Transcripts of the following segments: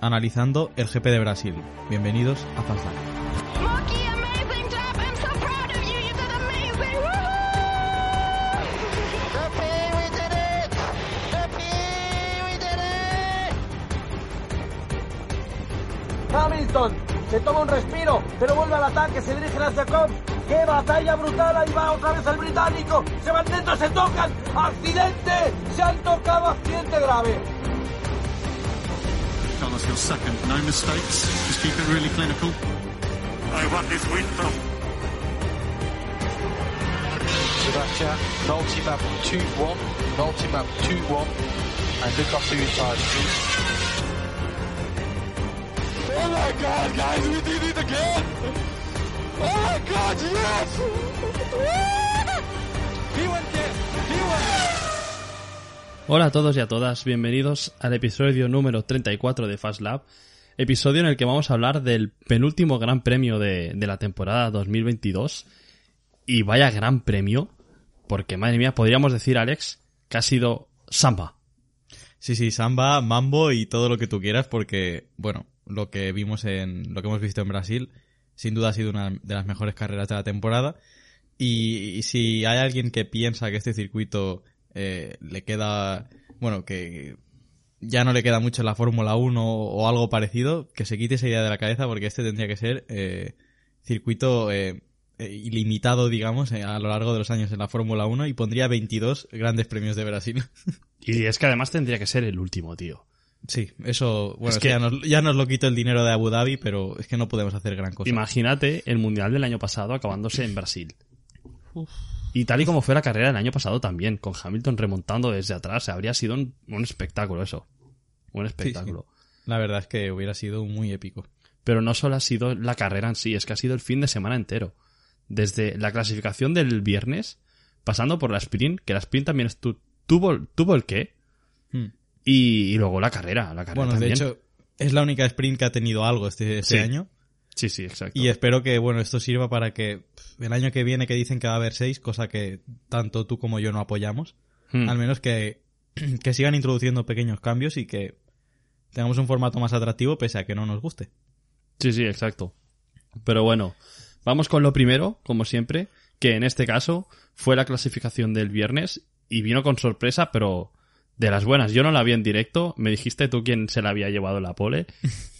analizando el GP de Brasil. Bienvenidos a Fast Lap. Monkey, amazing job! I'm so proud of you. You did amazing. Woohoo! Happy we did it. Happy we did it. Hamilton se toma un respiro, pero vuelve al ataque, se dirige hacia Combs. ¡Qué batalla brutal! Ahí va otra vez el británico. Se van dentro, se tocan. ¡Accidente! Se han tocado, accidente grave. Carlos, your second. No mistakes. Just keep it really clinical. I want this win from Sebastian, multi-map 2-1, multi-map 2-1, and look after your tires, please. Oh my god, guys, we did it again! Oh my god, yes! he went there! He went Hola a todos y a todas, bienvenidos al episodio número 34 de Fast Lab, episodio en el que vamos a hablar del penúltimo gran premio de, de la temporada 2022. Y vaya gran premio, porque madre mía, podríamos decir, Alex, que ha sido samba. Sí, sí, samba, mambo y todo lo que tú quieras, porque, bueno, lo que vimos en, lo que hemos visto en Brasil, sin duda ha sido una de las mejores carreras de la temporada. Y, y si hay alguien que piensa que este circuito eh, le queda, bueno, que ya no le queda mucho en la Fórmula 1 o algo parecido, que se quite esa idea de la cabeza, porque este tendría que ser eh, circuito eh, eh, ilimitado, digamos, eh, a lo largo de los años en la Fórmula 1 y pondría 22 grandes premios de Brasil. Y es que además tendría que ser el último, tío. Sí, eso, bueno, Es es que que- ya, nos, ya nos lo quito el dinero de Abu Dhabi, pero es que no podemos hacer gran cosa. Imagínate el Mundial del año pasado acabándose en Brasil. Y tal y como fue la carrera del año pasado también, con Hamilton remontando desde atrás, habría sido un, un espectáculo eso. Un espectáculo. La verdad es que hubiera sido muy épico. Pero no solo ha sido la carrera en sí, es que ha sido el fin de semana entero. Desde la clasificación del viernes, pasando por la sprint, que la sprint también estu- tuvo, tuvo el qué, Hmm. y, y luego la carrera. La carrera Bueno, de también. hecho, es la única sprint que ha tenido algo este, este Sí. año. Sí, sí, exacto. Y espero que, bueno, esto sirva para que pff, el año que viene que dicen que va a haber seis, cosa que tanto tú como yo no apoyamos, Hmm. al menos que, que sigan introduciendo pequeños cambios y que tengamos un formato más atractivo pese a que no nos guste. Sí, sí, exacto. Pero bueno, vamos con lo primero, como siempre, que en este caso fue la clasificación del viernes y vino con sorpresa, pero de las buenas. Yo no la vi en directo, me dijiste tú quién se la había llevado la pole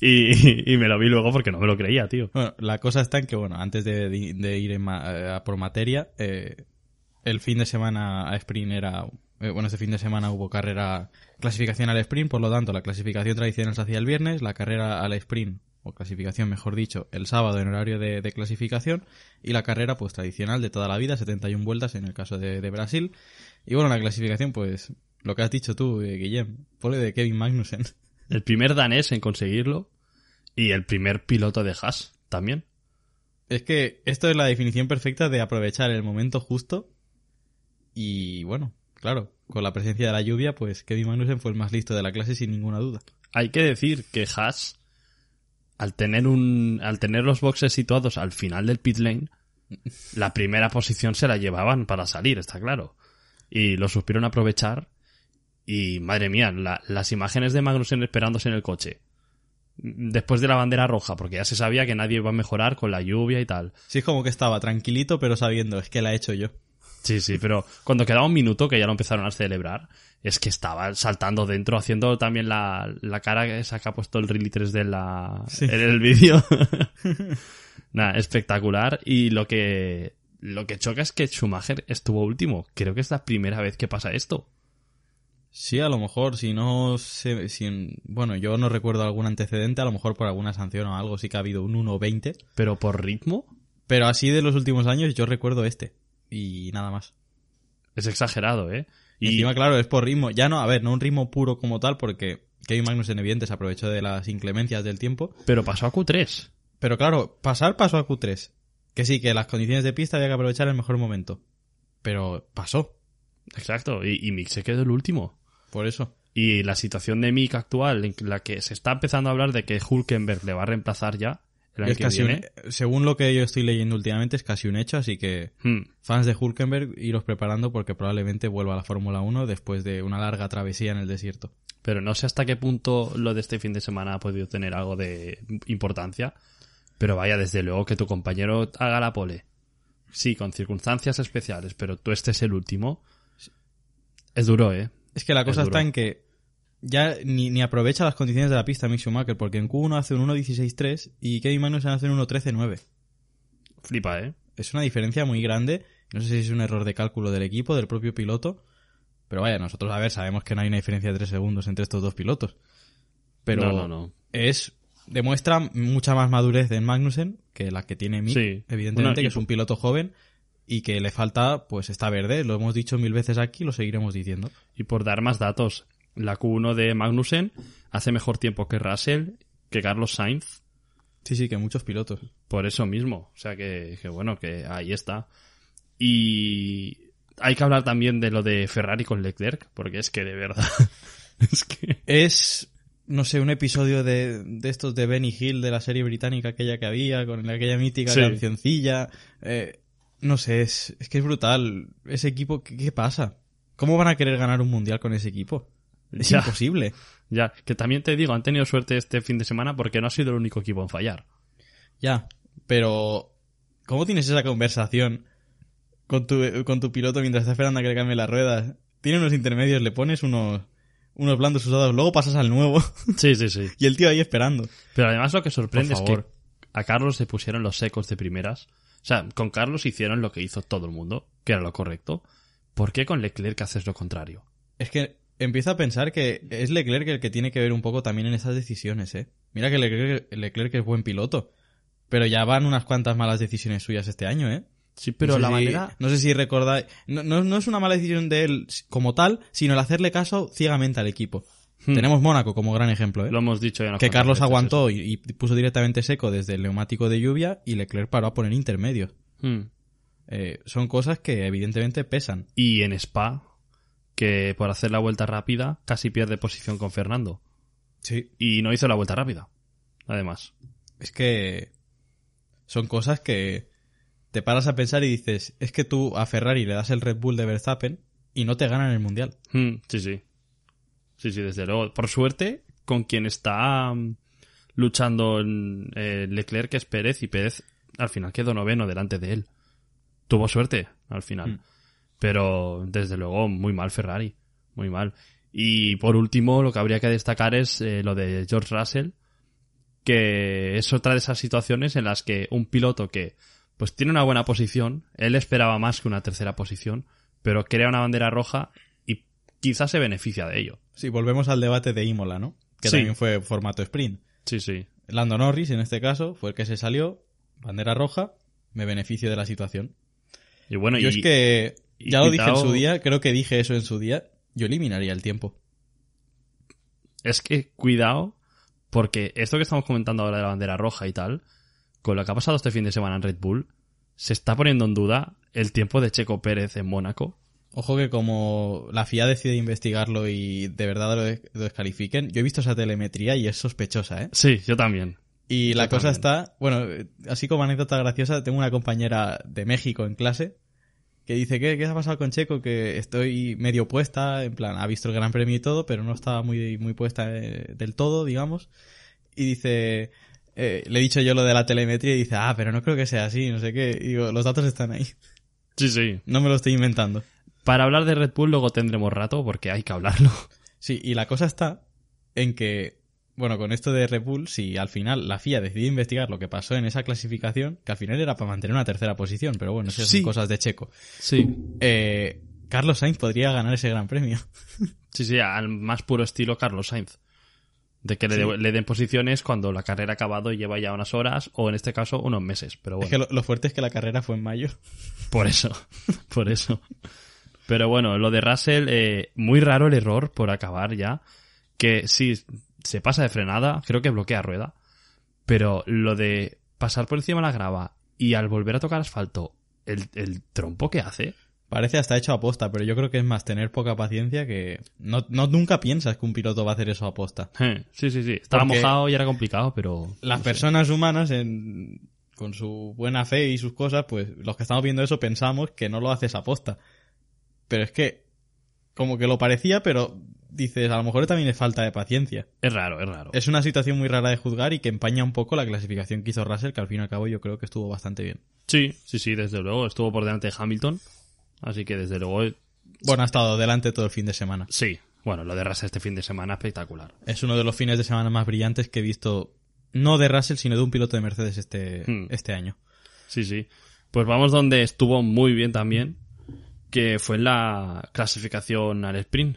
y, y me lo vi luego porque no me lo creía, tío. Bueno, la cosa está en que, bueno, antes de, de ir en ma- a por materia, eh, el fin de semana a sprint era... eh, bueno, este fin de semana hubo carrera clasificación al sprint, por lo tanto, la clasificación tradicional se hacía el viernes, la carrera al sprint, o clasificación mejor dicho, el sábado en horario de, de clasificación, y la carrera pues tradicional de toda la vida, 71 vueltas en el caso de, de Brasil. Y bueno, la clasificación pues... Lo que has dicho tú, eh, Guillem, pole de Kevin Magnussen. El primer danés en conseguirlo y el primer piloto de Haas también. Es que esto es la definición perfecta de aprovechar el momento justo. Y bueno, claro, con la presencia de la lluvia, pues Kevin Magnussen fue el más listo de la clase sin ninguna duda. Hay que decir que Haas, al tener un, al tener los boxes situados al final del pit lane, la primera posición se la llevaban para salir, está claro. Y lo supieron aprovechar. Y madre mía, la- las imágenes de Magnussen esperándose en el coche. Después de la bandera roja, porque ya se sabía que nadie iba a mejorar con la lluvia y tal. Sí, es como que estaba tranquilito, pero sabiendo, es que la he hecho yo. Sí, sí, pero cuando quedaba un minuto, que ya lo empezaron a celebrar, es que estaba saltando dentro, haciendo también la, la cara esa que ha puesto el Really 3 de la, Sí. en el vídeo. Nada, espectacular. Y lo que, lo que choca es que Schumacher estuvo último. Creo que es la primera vez que pasa esto. Sí, a lo mejor, si no se, si, bueno, yo no recuerdo algún antecedente, a lo mejor por alguna sanción o algo, sí que ha habido un 1.20, Pero por ritmo, pero así de los últimos años yo recuerdo este y nada más. es exagerado, ¿eh? Y encima, claro, es por ritmo. Ya no, a ver, no un ritmo puro como tal, porque Kevin Magnussen evidente se aprovechó de las inclemencias del tiempo, pero pasó a Q3. Pero claro, pasar pasó a Q3. Que sí, que las condiciones de pista había que aprovechar el mejor momento. Pero pasó, Exacto. Y, y Mick se quedó el último. por eso. Y la situación de Mick actual, en la que se está empezando a hablar de que Hulkenberg le va a reemplazar ya el año Es que casi viene. un- e, según lo que yo estoy leyendo últimamente, es casi un hecho, así que Hmm, fans de Hulkenberg, iros preparando porque probablemente vuelva a la Fórmula 1 después de una larga travesía en el desierto. Pero no sé hasta qué punto lo de este fin de semana ha podido tener algo de importancia. Pero vaya, desde luego que tu compañero haga la pole. Sí, con circunstancias especiales, pero tú estés el último. Es duro, ¿eh? Es que la cosa Es duro. está en que ya ni, ni aprovecha las condiciones de la pista Mick Schumacher, porque en Q1 hace un 1.16.3 y Kevin Magnussen hace un 1.13.9. Flipa, ¿eh? Es una diferencia muy grande. No sé si es un error de cálculo del equipo, del propio piloto. Pero vaya, nosotros, a ver, sabemos que no hay una diferencia de 3 segundos entre estos dos pilotos. Pero No, no, no. es demuestra mucha más madurez en Magnussen que la que tiene Mick, Sí. evidentemente, Bueno, y que es un piloto joven y que le falta, pues está verde. Lo hemos dicho mil veces aquí, lo seguiremos diciendo. Y por dar más datos, la Q1 de Magnussen hace mejor tiempo que Russell, que Carlos Sainz, Sí, sí, que muchos pilotos. por eso mismo. O sea que, que bueno, que ahí está. Y hay que hablar también de lo de Ferrari con Leclerc, porque es que de verdad. es que. Es, no sé, un episodio de, de estos de Benny Hill, de la serie británica aquella que había, con aquella mítica Sí. cancioncilla. Eh, no sé, es, es que es brutal. Ese equipo, ¿qué, qué pasa? ¿Cómo van a querer ganar un mundial con ese equipo? Es Ya. imposible. Ya, que también te digo, han tenido suerte este fin de semana porque no ha sido el único equipo en fallar. Ya, pero ¿cómo tienes esa conversación con tu, con tu piloto mientras está esperando a que le cambie las ruedas? Tiene unos intermedios, le pones unos, unos blandos usados, luego pasas al nuevo Sí, sí, sí. y el tío ahí esperando. Pero además lo que sorprende Por es que favor. a Carlos se pusieron los secos de primeras. O sea, con Carlos hicieron lo que hizo todo el mundo, que era lo correcto. ¿Por qué con Leclerc haces lo contrario? Es que empiezo a pensar que es Leclerc el que tiene que ver un poco también en esas decisiones, ¿eh? Mira que Leclerc, Leclerc es buen piloto, pero ya van unas cuantas malas decisiones suyas este año, ¿eh? Sí, pero No sé la si- manera... No sé si recordáis... No, no- no es una mala decisión de él como tal, sino el hacerle caso ciegamente al equipo. Hmm. Tenemos Mónaco como gran ejemplo, ¿eh? Lo hemos dicho ya unas que cuantas Carlos veces aguantó y, y puso directamente seco desde el neumático de lluvia y Leclerc paró a poner intermedios. eso. Hmm. Eh, son cosas que evidentemente pesan. Y en Spa, que por hacer la vuelta rápida casi pierde posición con Fernando. Sí. Y no hizo la vuelta rápida, además. Es que son cosas que te paras a pensar y dices, es que tú a Ferrari le das el Red Bull de Verstappen y no te ganan el Mundial. Hmm, sí, sí. Sí, sí, desde luego. Por suerte, con quien está mm, luchando en, eh, Leclerc, que es Pérez, y Pérez al final quedó noveno delante de él. Tuvo suerte al final. Mm. Pero desde luego, muy mal Ferrari. Muy mal. Y por último, lo que habría que destacar es eh, lo de George Russell, que es otra de esas situaciones en las que un piloto que pues tiene una buena posición, él esperaba más que una tercera posición, pero crea una bandera roja y quizás se beneficia de ello. Sí, volvemos al debate de Imola, ¿no? Que Sí. también fue formato sprint. Sí, sí. Lando Norris, en este caso, fue el que se salió, bandera roja, me beneficio de la situación. Y bueno, Yo y es que, y ya lo dije en quitao- su día, creo que dije eso en su día, yo eliminaría el tiempo. es que cuidado, porque esto que estamos comentando ahora de la bandera roja y tal, con lo que ha pasado este fin de semana en Red Bull, se está poniendo en duda el tiempo de Checo Pérez en Mónaco. Ojo que como la FIA decide investigarlo y de verdad lo, des- lo descalifiquen, yo he visto esa telemetría y es sospechosa, ¿eh? Sí, yo también. Y la Yo cosa también. está, bueno, eh, así como anécdota graciosa, tengo una compañera de México en clase que dice, ¿qué, qué ha pasado con Checo? Que estoy medio puesta, en plan, ha visto el Gran Premio y todo, pero no estaba muy, muy puesta eh, del todo, digamos. Y dice, eh, le he dicho yo lo de la telemetría y dice, ah, pero no creo que sea así, no sé qué. Y digo, los datos están ahí, Sí, sí. no me lo estoy inventando. Para hablar de Red Bull luego tendremos rato porque hay que hablarlo. Sí, y la cosa está en que, bueno, con esto de Red Bull, si al final la FIA decidió investigar lo que pasó en esa clasificación, que al final era para mantener una tercera posición, pero bueno, esas Sí. son cosas de Checo. Sí. Eh, Carlos Sainz podría ganar ese gran premio. Sí, sí, al más puro estilo Carlos Sainz. De que le, de- le den posiciones cuando la carrera ha acabado y lleva ya unas horas, o en este caso unos meses. Pero bueno, Es que lo, lo fuerte es que la carrera fue en mayo. por eso, por eso. Pero bueno, lo de Russell, eh, muy raro el error por acabar ya. Que sí, se pasa de frenada, creo que bloquea rueda. Pero lo de pasar por encima de la grava y al volver a tocar asfalto, el, el trompo que hace. Parece hasta hecho aposta, pero yo creo que es más tener poca paciencia que... No, no nunca piensas que un piloto va a hacer eso aposta. eh, Sí, sí, sí. Estaba Porque- mojado y era complicado, pero. Las no sé. personas humanas, en- con su buena fe y sus cosas, pues los que estamos viendo eso pensamos que no lo haces aposta. Pero es que, como que lo parecía, pero dices, a lo mejor también es falta de paciencia. Es raro, es raro. Es una situación muy rara de juzgar y que empaña un poco la clasificación que hizo Russell, que al fin y al cabo yo creo que estuvo bastante bien. Sí, sí, sí, desde luego. Estuvo por delante de Hamilton. Así que desde luego. eh, Bueno, ha estado delante todo el fin de semana. Sí. Bueno, lo de Russell este fin de semana espectacular. Es uno de los fines de semana más brillantes que he visto, no de Russell, sino de un piloto de Mercedes este, Hmm. este año. Sí, sí. Pues vamos donde estuvo muy bien también. Que fue en la clasificación al sprint.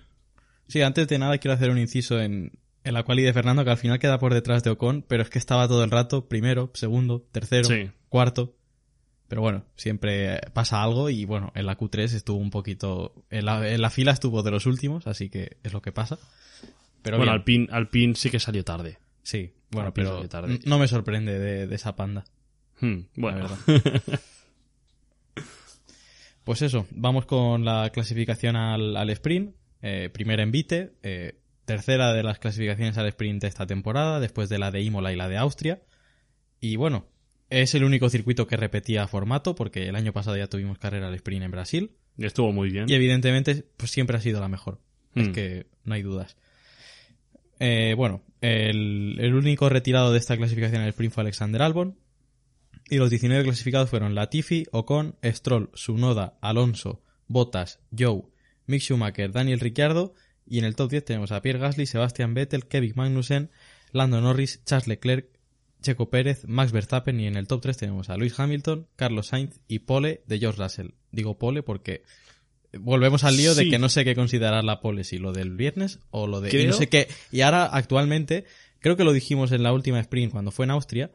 Sí, antes de nada quiero hacer un inciso en, en la quali de Fernando, que al final queda por detrás de Ocon, pero es que estaba todo el rato, primero, segundo, tercero, Sí. cuarto. Pero bueno, siempre eh, pasa algo y bueno, en la Q3 estuvo un poquito... En la, en la fila estuvo de los últimos, así que es lo que pasa. Pero bueno, bien, Alpine, Alpine sí que salió tarde. sí, bueno, Alpine pero salió tarde. no me sorprende de, de esa panda. Hmm, bueno. La Pues eso, vamos con la clasificación al, al sprint. Eh, primera en Vite, eh, tercera de las clasificaciones al sprint de esta temporada, después de la de Imola y la de Austria. Y bueno, es el único circuito que repetía formato, porque el año pasado ya tuvimos carrera al sprint en Brasil. Y estuvo muy bien. Y evidentemente, pues siempre ha sido la mejor. Es Mm. que no hay dudas. Eh, bueno, el, el único retirado de esta clasificación en el sprint fue Alexander Albon. Y los 19 clasificados fueron Latifi, Ocon, Stroll, Sunoda, Alonso, Bottas, Joe, Mick Schumacher, Daniel Ricciardo. Y en el top 10 tenemos a Pierre Gasly, Sebastian Vettel, Kevin Magnussen, Lando Norris, Charles Leclerc, Checo Pérez, Max Verstappen. Y en el top 3 tenemos a Luis Hamilton, Carlos Sainz y Pole de George Russell. Digo Pole porque Volvemos al lío de Sí. que no sé qué considerar la pole, si lo del viernes o lo de... y Creo- no sé qué. Y ahora, actualmente, creo que lo dijimos en la última sprint cuando fue en Austria,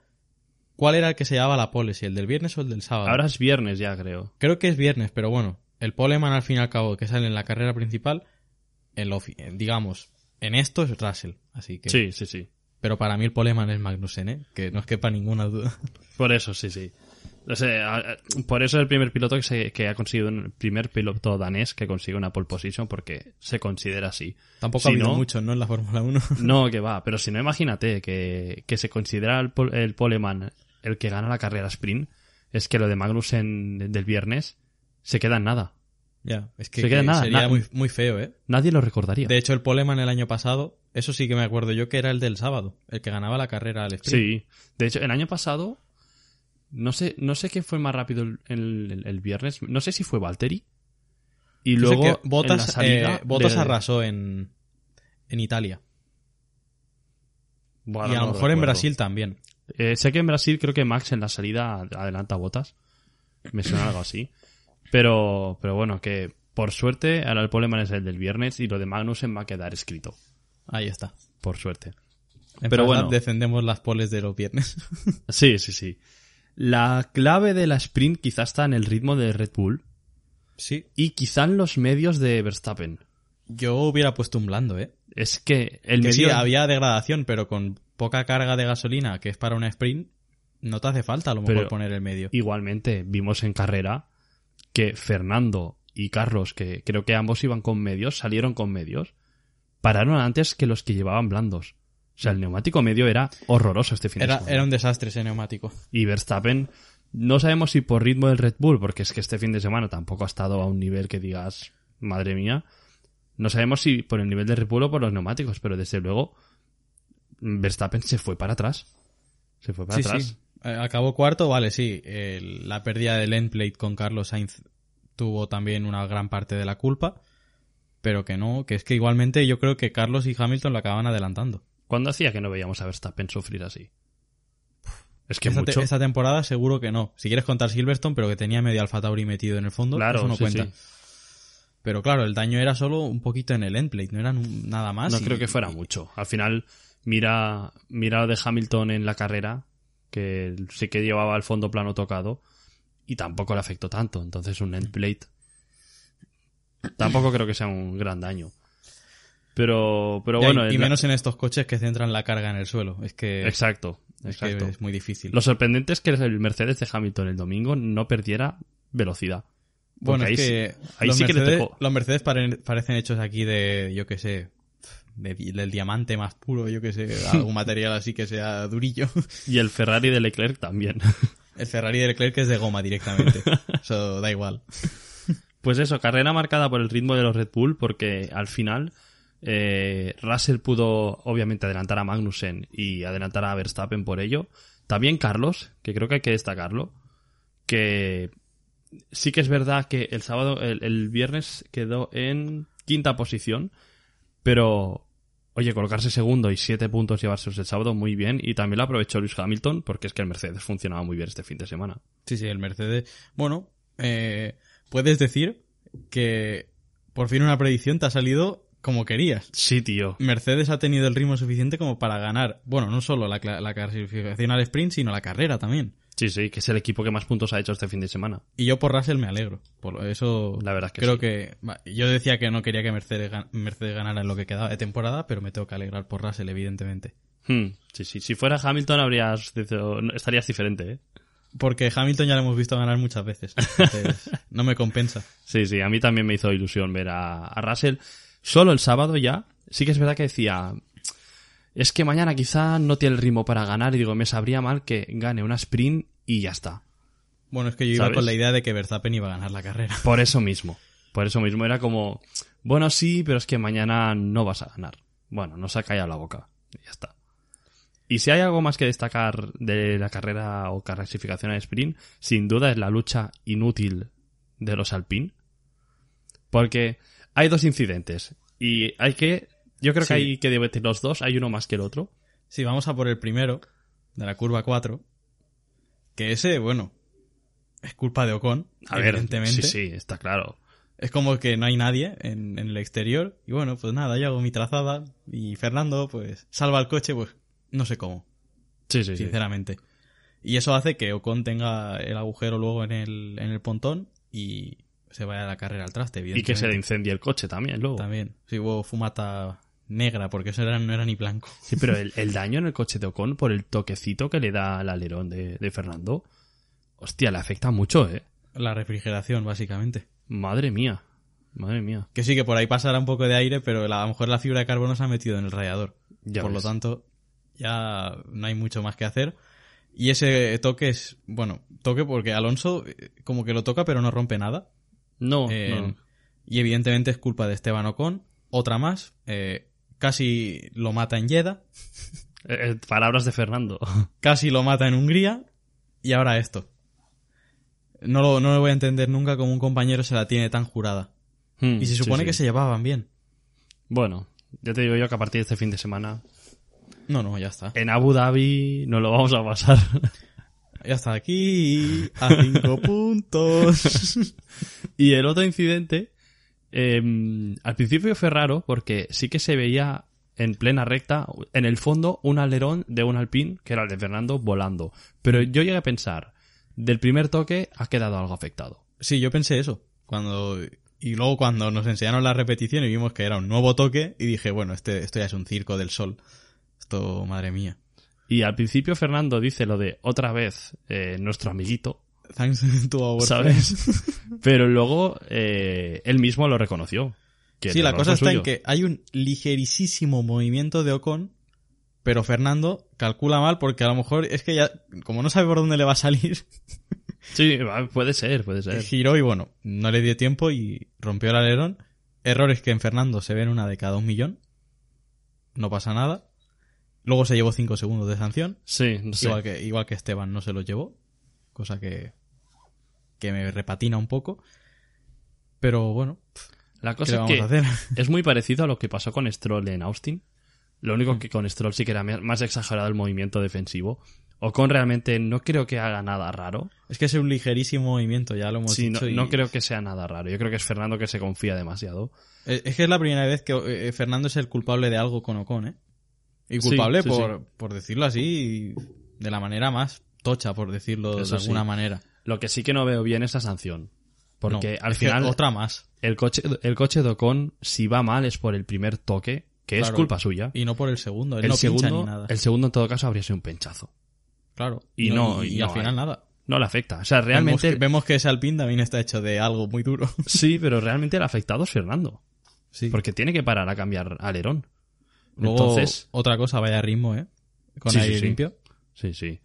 ¿cuál era el que se llamaba la pole? ¿Si el del viernes o el del sábado? Ahora es viernes ya, creo. Creo que es viernes, pero bueno, el poleman al fin y al cabo que sale en la carrera principal, en lo fi- en, digamos, en esto es Russell, así que... Sí, sí, sí. Pero para mí el poleman es Magnussen, ¿eh? Que no os quepa ninguna duda. Por eso, sí, sí. O sea, a- a- por eso es el primer piloto que, se- que ha conseguido, el primer piloto danés que consigue una pole position porque se considera así. Tampoco Si ha habido no- mucho, ¿no? En la Fórmula 1. No, que va, pero si no, imagínate que, que se considera el, pol- el poleman el que gana la carrera sprint, es que lo de Magnussen del viernes se queda en nada. ya, es que, Se queda que nada, sería nada. Muy, muy feo, ¿eh? Nadie lo recordaría. De hecho, el Poleman el año pasado, eso sí que me acuerdo yo que era el del sábado, el que ganaba la carrera al sprint. Sí. De hecho, el año pasado, no sé, no sé qué fue más rápido el, el- el viernes. No sé si fue Valtteri. Y Yo sé luego. que Bottas, en la salida eh, Bottas de- arrasó en, en Italia. Bueno, y a lo no mejor en recuerdo. Brasil también. Eh, sé que en Brasil creo que Max en la salida adelanta botas. Me suena algo así. Pero, pero bueno, que por suerte ahora el problema es el del viernes y lo de Magnussen va a quedar escrito. Ahí está. Por suerte. En Pero Pero bueno. defendemos las poles de los viernes. Sí, sí, sí. La clave de la sprint quizás está en el ritmo de Red Bull sí. y quizá en los medios de Verstappen. Yo hubiera puesto un blando, ¿eh? Es que el Que sí, medio... había degradación, pero con poca carga de gasolina, que es para un sprint, no te hace falta a lo mejor Pero- poner el medio. Igualmente, vimos en carrera que Fernando y Carlos, que creo que ambos iban con medios, salieron con medios, pararon antes que los que llevaban blandos. O sea, el neumático medio era horroroso este fin de Era, semana. era un desastre ese neumático. Y Verstappen, no sabemos si por ritmo del Red Bull, porque es que este fin de semana tampoco ha estado a un nivel que digas, madre mía. No sabemos si por el nivel del Red Bull o por los neumáticos, pero desde luego Verstappen se fue para atrás. Se fue para sí, atrás. Sí. Eh, Acabó cuarto, vale, sí. El- la pérdida del endplate con Carlos Sainz tuvo también una gran parte de la culpa. Pero que no, que es que igualmente yo creo que Carlos y Hamilton lo acaban adelantando. ¿Cuándo hacía que no veíamos a Verstappen sufrir así? Es que esta, te- mucho. esta temporada seguro que no. Si quieres contar Silverstone, pero que tenía medio Alfa Tauri metido en el fondo, Claro, eso no sí, cuenta. sí. Pero claro, el daño era solo un poquito en el endplate, no era nu- nada más. no y- creo que fuera y- mucho. Al final, mira, mira lo de Hamilton en la carrera, que sí que llevaba el fondo plano tocado, y tampoco le afectó tanto. Entonces, un endplate. Tampoco creo que sea un gran daño. Pero, pero Ya, bueno. y, y en la- menos en estos coches que centran la carga en el suelo. Es que es, Exacto, que exacto. es muy difícil. Lo sorprendente es que el Mercedes de Hamilton el domingo no perdiera velocidad. Bueno, Porque es ahí que ahí los, sí que le Mercedes, tocó. los Mercedes pare- parecen hechos aquí de, yo qué sé, de di- del diamante más puro, yo qué sé, algún material así que sea durillo. Y el Ferrari de Leclerc también. El Ferrari de Leclerc es de goma directamente. Eso da igual. Pues eso, carrera marcada por el ritmo de los Red Bull, porque al final Eh, Russell pudo obviamente adelantar a Magnussen y adelantar a Verstappen por ello. También Carlos, que creo que hay que destacarlo, que sí que es verdad que el sábado, el, el viernes quedó en quinta posición, pero oye, colocarse segundo y siete puntos llevarse el sábado muy bien y también lo aprovechó Luis Hamilton porque es que el Mercedes funcionaba muy bien este fin de semana. Sí, sí, el Mercedes. Bueno, eh, puedes decir que por fin una predicción te ha salido como querías. Sí, tío. Mercedes ha tenido el ritmo suficiente como para ganar, bueno, no solo la, cla- la clasificación al sprint, sino la carrera también. Sí, sí, que es el equipo que más puntos ha hecho este fin de semana. Y yo por Russell me alegro. Por lo- eso La verdad es que creo sí. que va, yo decía que no quería que Mercedes, gan- Mercedes ganara en lo que quedaba de temporada, pero me tengo que alegrar por Russell, evidentemente. Hmm, sí, sí. Si fuera Hamilton habrías dicho- no, estarías diferente, ¿eh? Porque Hamilton ya lo hemos visto ganar muchas veces. Entonces, no me compensa. Sí, sí, a mí también me hizo ilusión ver a, a Russell. Solo el sábado ya, sí que es verdad que decía, es que mañana quizá no tiene el ritmo para ganar y digo, me sabría mal que gane una sprint y ya está. Bueno, es que yo iba ¿Sabes? con la idea de que Verstappen iba a ganar la carrera. Por eso mismo, por eso mismo era como, bueno, sí, pero es que mañana no vas a ganar. Bueno, no se ha callado la boca, y ya está. Y si hay algo más que destacar de la carrera o clasificación al sprint, sin duda es la lucha inútil de los Alpine. Porque hay dos incidentes y hay que, yo creo Sí. que hay que debatir los dos, hay uno más que el otro. Sí, vamos a por el primero, de la curva 4. Que ese, bueno, es culpa de Ocon, A ver, evidentemente. sí, sí, está claro. Es como que no hay nadie en, en el exterior. Y bueno, pues nada, yo hago mi trazada. Y Fernando, pues, salva el coche, pues, no sé cómo, Sí, sí, sí. sinceramente. Y eso hace que Ocon tenga el agujero luego en el, en el pontón y se vaya la carrera al traste, Y que se le evidentemente. incendie el coche también luego. También. Sí, hubo fumata negra, porque eso era- no era ni blanco. Sí, pero el, el daño en el coche de Ocon por el toquecito que le da al alerón de, de Fernando, hostia, le afecta mucho, ¿eh? La refrigeración, básicamente. Madre mía, madre mía. Que sí, que por ahí pasará un poco de aire, pero la- a lo mejor la fibra de carbono se ha metido en el radiador. Ya por ves. lo tanto, ya no hay mucho más que hacer. Y ese toque es, bueno, toque porque Alonso eh, como que lo toca pero no rompe nada. No, Eh, no. Y evidentemente es culpa de Esteban Ocon. Otra más. eh, casi lo mata en Jeddah. Eh, eh, palabras de Fernando. Casi lo mata en Hungría. Y ahora esto. No lo, no lo voy a entender nunca como un compañero se la tiene tan jurada. Hmm, Mm, Y se supone que se llevaban bien. Bueno, ya te digo yo que a partir de este fin de semana No, no, ya está. en Abu Dhabi no lo vamos a pasar. Ya está aquí. A cinco puntos. y el otro incidente, eh, al principio fue raro porque sí que se veía en plena recta, en el fondo, un alerón de un alpín, que era el de Fernando, volando. Pero yo llegué a pensar, del primer toque ha quedado algo afectado. Sí, yo pensé eso. Cuando. Y luego cuando nos enseñaron la repetición y vimos que era un nuevo toque, y dije, bueno, este, esto ya es un circo del sol. Esto, madre mía. Y al principio Fernando dice lo de otra vez eh, nuestro amiguito, Thanks to our friends. ¿sabes? Pero luego eh, él mismo lo reconoció. que Sí, el la error cosa fue está en suyo. que hay un ligerísimo movimiento de Ocon, pero Fernando calcula mal porque a lo mejor es que ya, como no sabe por dónde le va a salir, Sí, va, puede ser, puede ser. giró y bueno, no le dio tiempo y rompió el alerón. Errores que en Fernando se ven una de cada un millón. No pasa nada. Luego se llevó cinco segundos de sanción. Sí, no sé. Igual, que, igual que Esteban no se los llevó, cosa que, que me repatina un poco. Pero bueno, La ¿qué cosa le es vamos que a hacer? Es muy parecido a lo que pasó con Stroll en Austin. Lo único que con Stroll sí que era me- más exagerado el movimiento defensivo. Ocon realmente no creo que haga nada raro. Es que es un ligerísimo movimiento, ya lo hemos Sí, no, dicho. y- no creo que sea nada raro. Yo creo que es Fernando que se confía demasiado. Eh, Es que es la primera vez que eh, Fernando es el culpable de algo con Ocon, ¿eh? Y Sí, culpable sí, por, por decirlo así, de la manera más tocha, por decirlo Eso de alguna sí. manera. Lo que sí que no veo bien es la sanción. Porque No, al es que final Otra más. el, coche, el coche de Ocon, si va mal, es por el primer toque, que es Claro. culpa suya. Y no por el segundo, él el, no pincha ni segundo, nada. el segundo, en todo caso, habría sido un penchazo. Claro. y no, y al no, final eh. nada. No le afecta. O sea, realmente... Vemos que, vemos que ese Alpine también está hecho de algo muy duro. Sí, pero realmente el afectado es Fernando. Sí. Porque tiene que parar a cambiar alerón. Luego, Entonces- otra cosa, vaya ritmo, ¿eh? Con Sí, sí, aire sí. limpio. Sí, sí.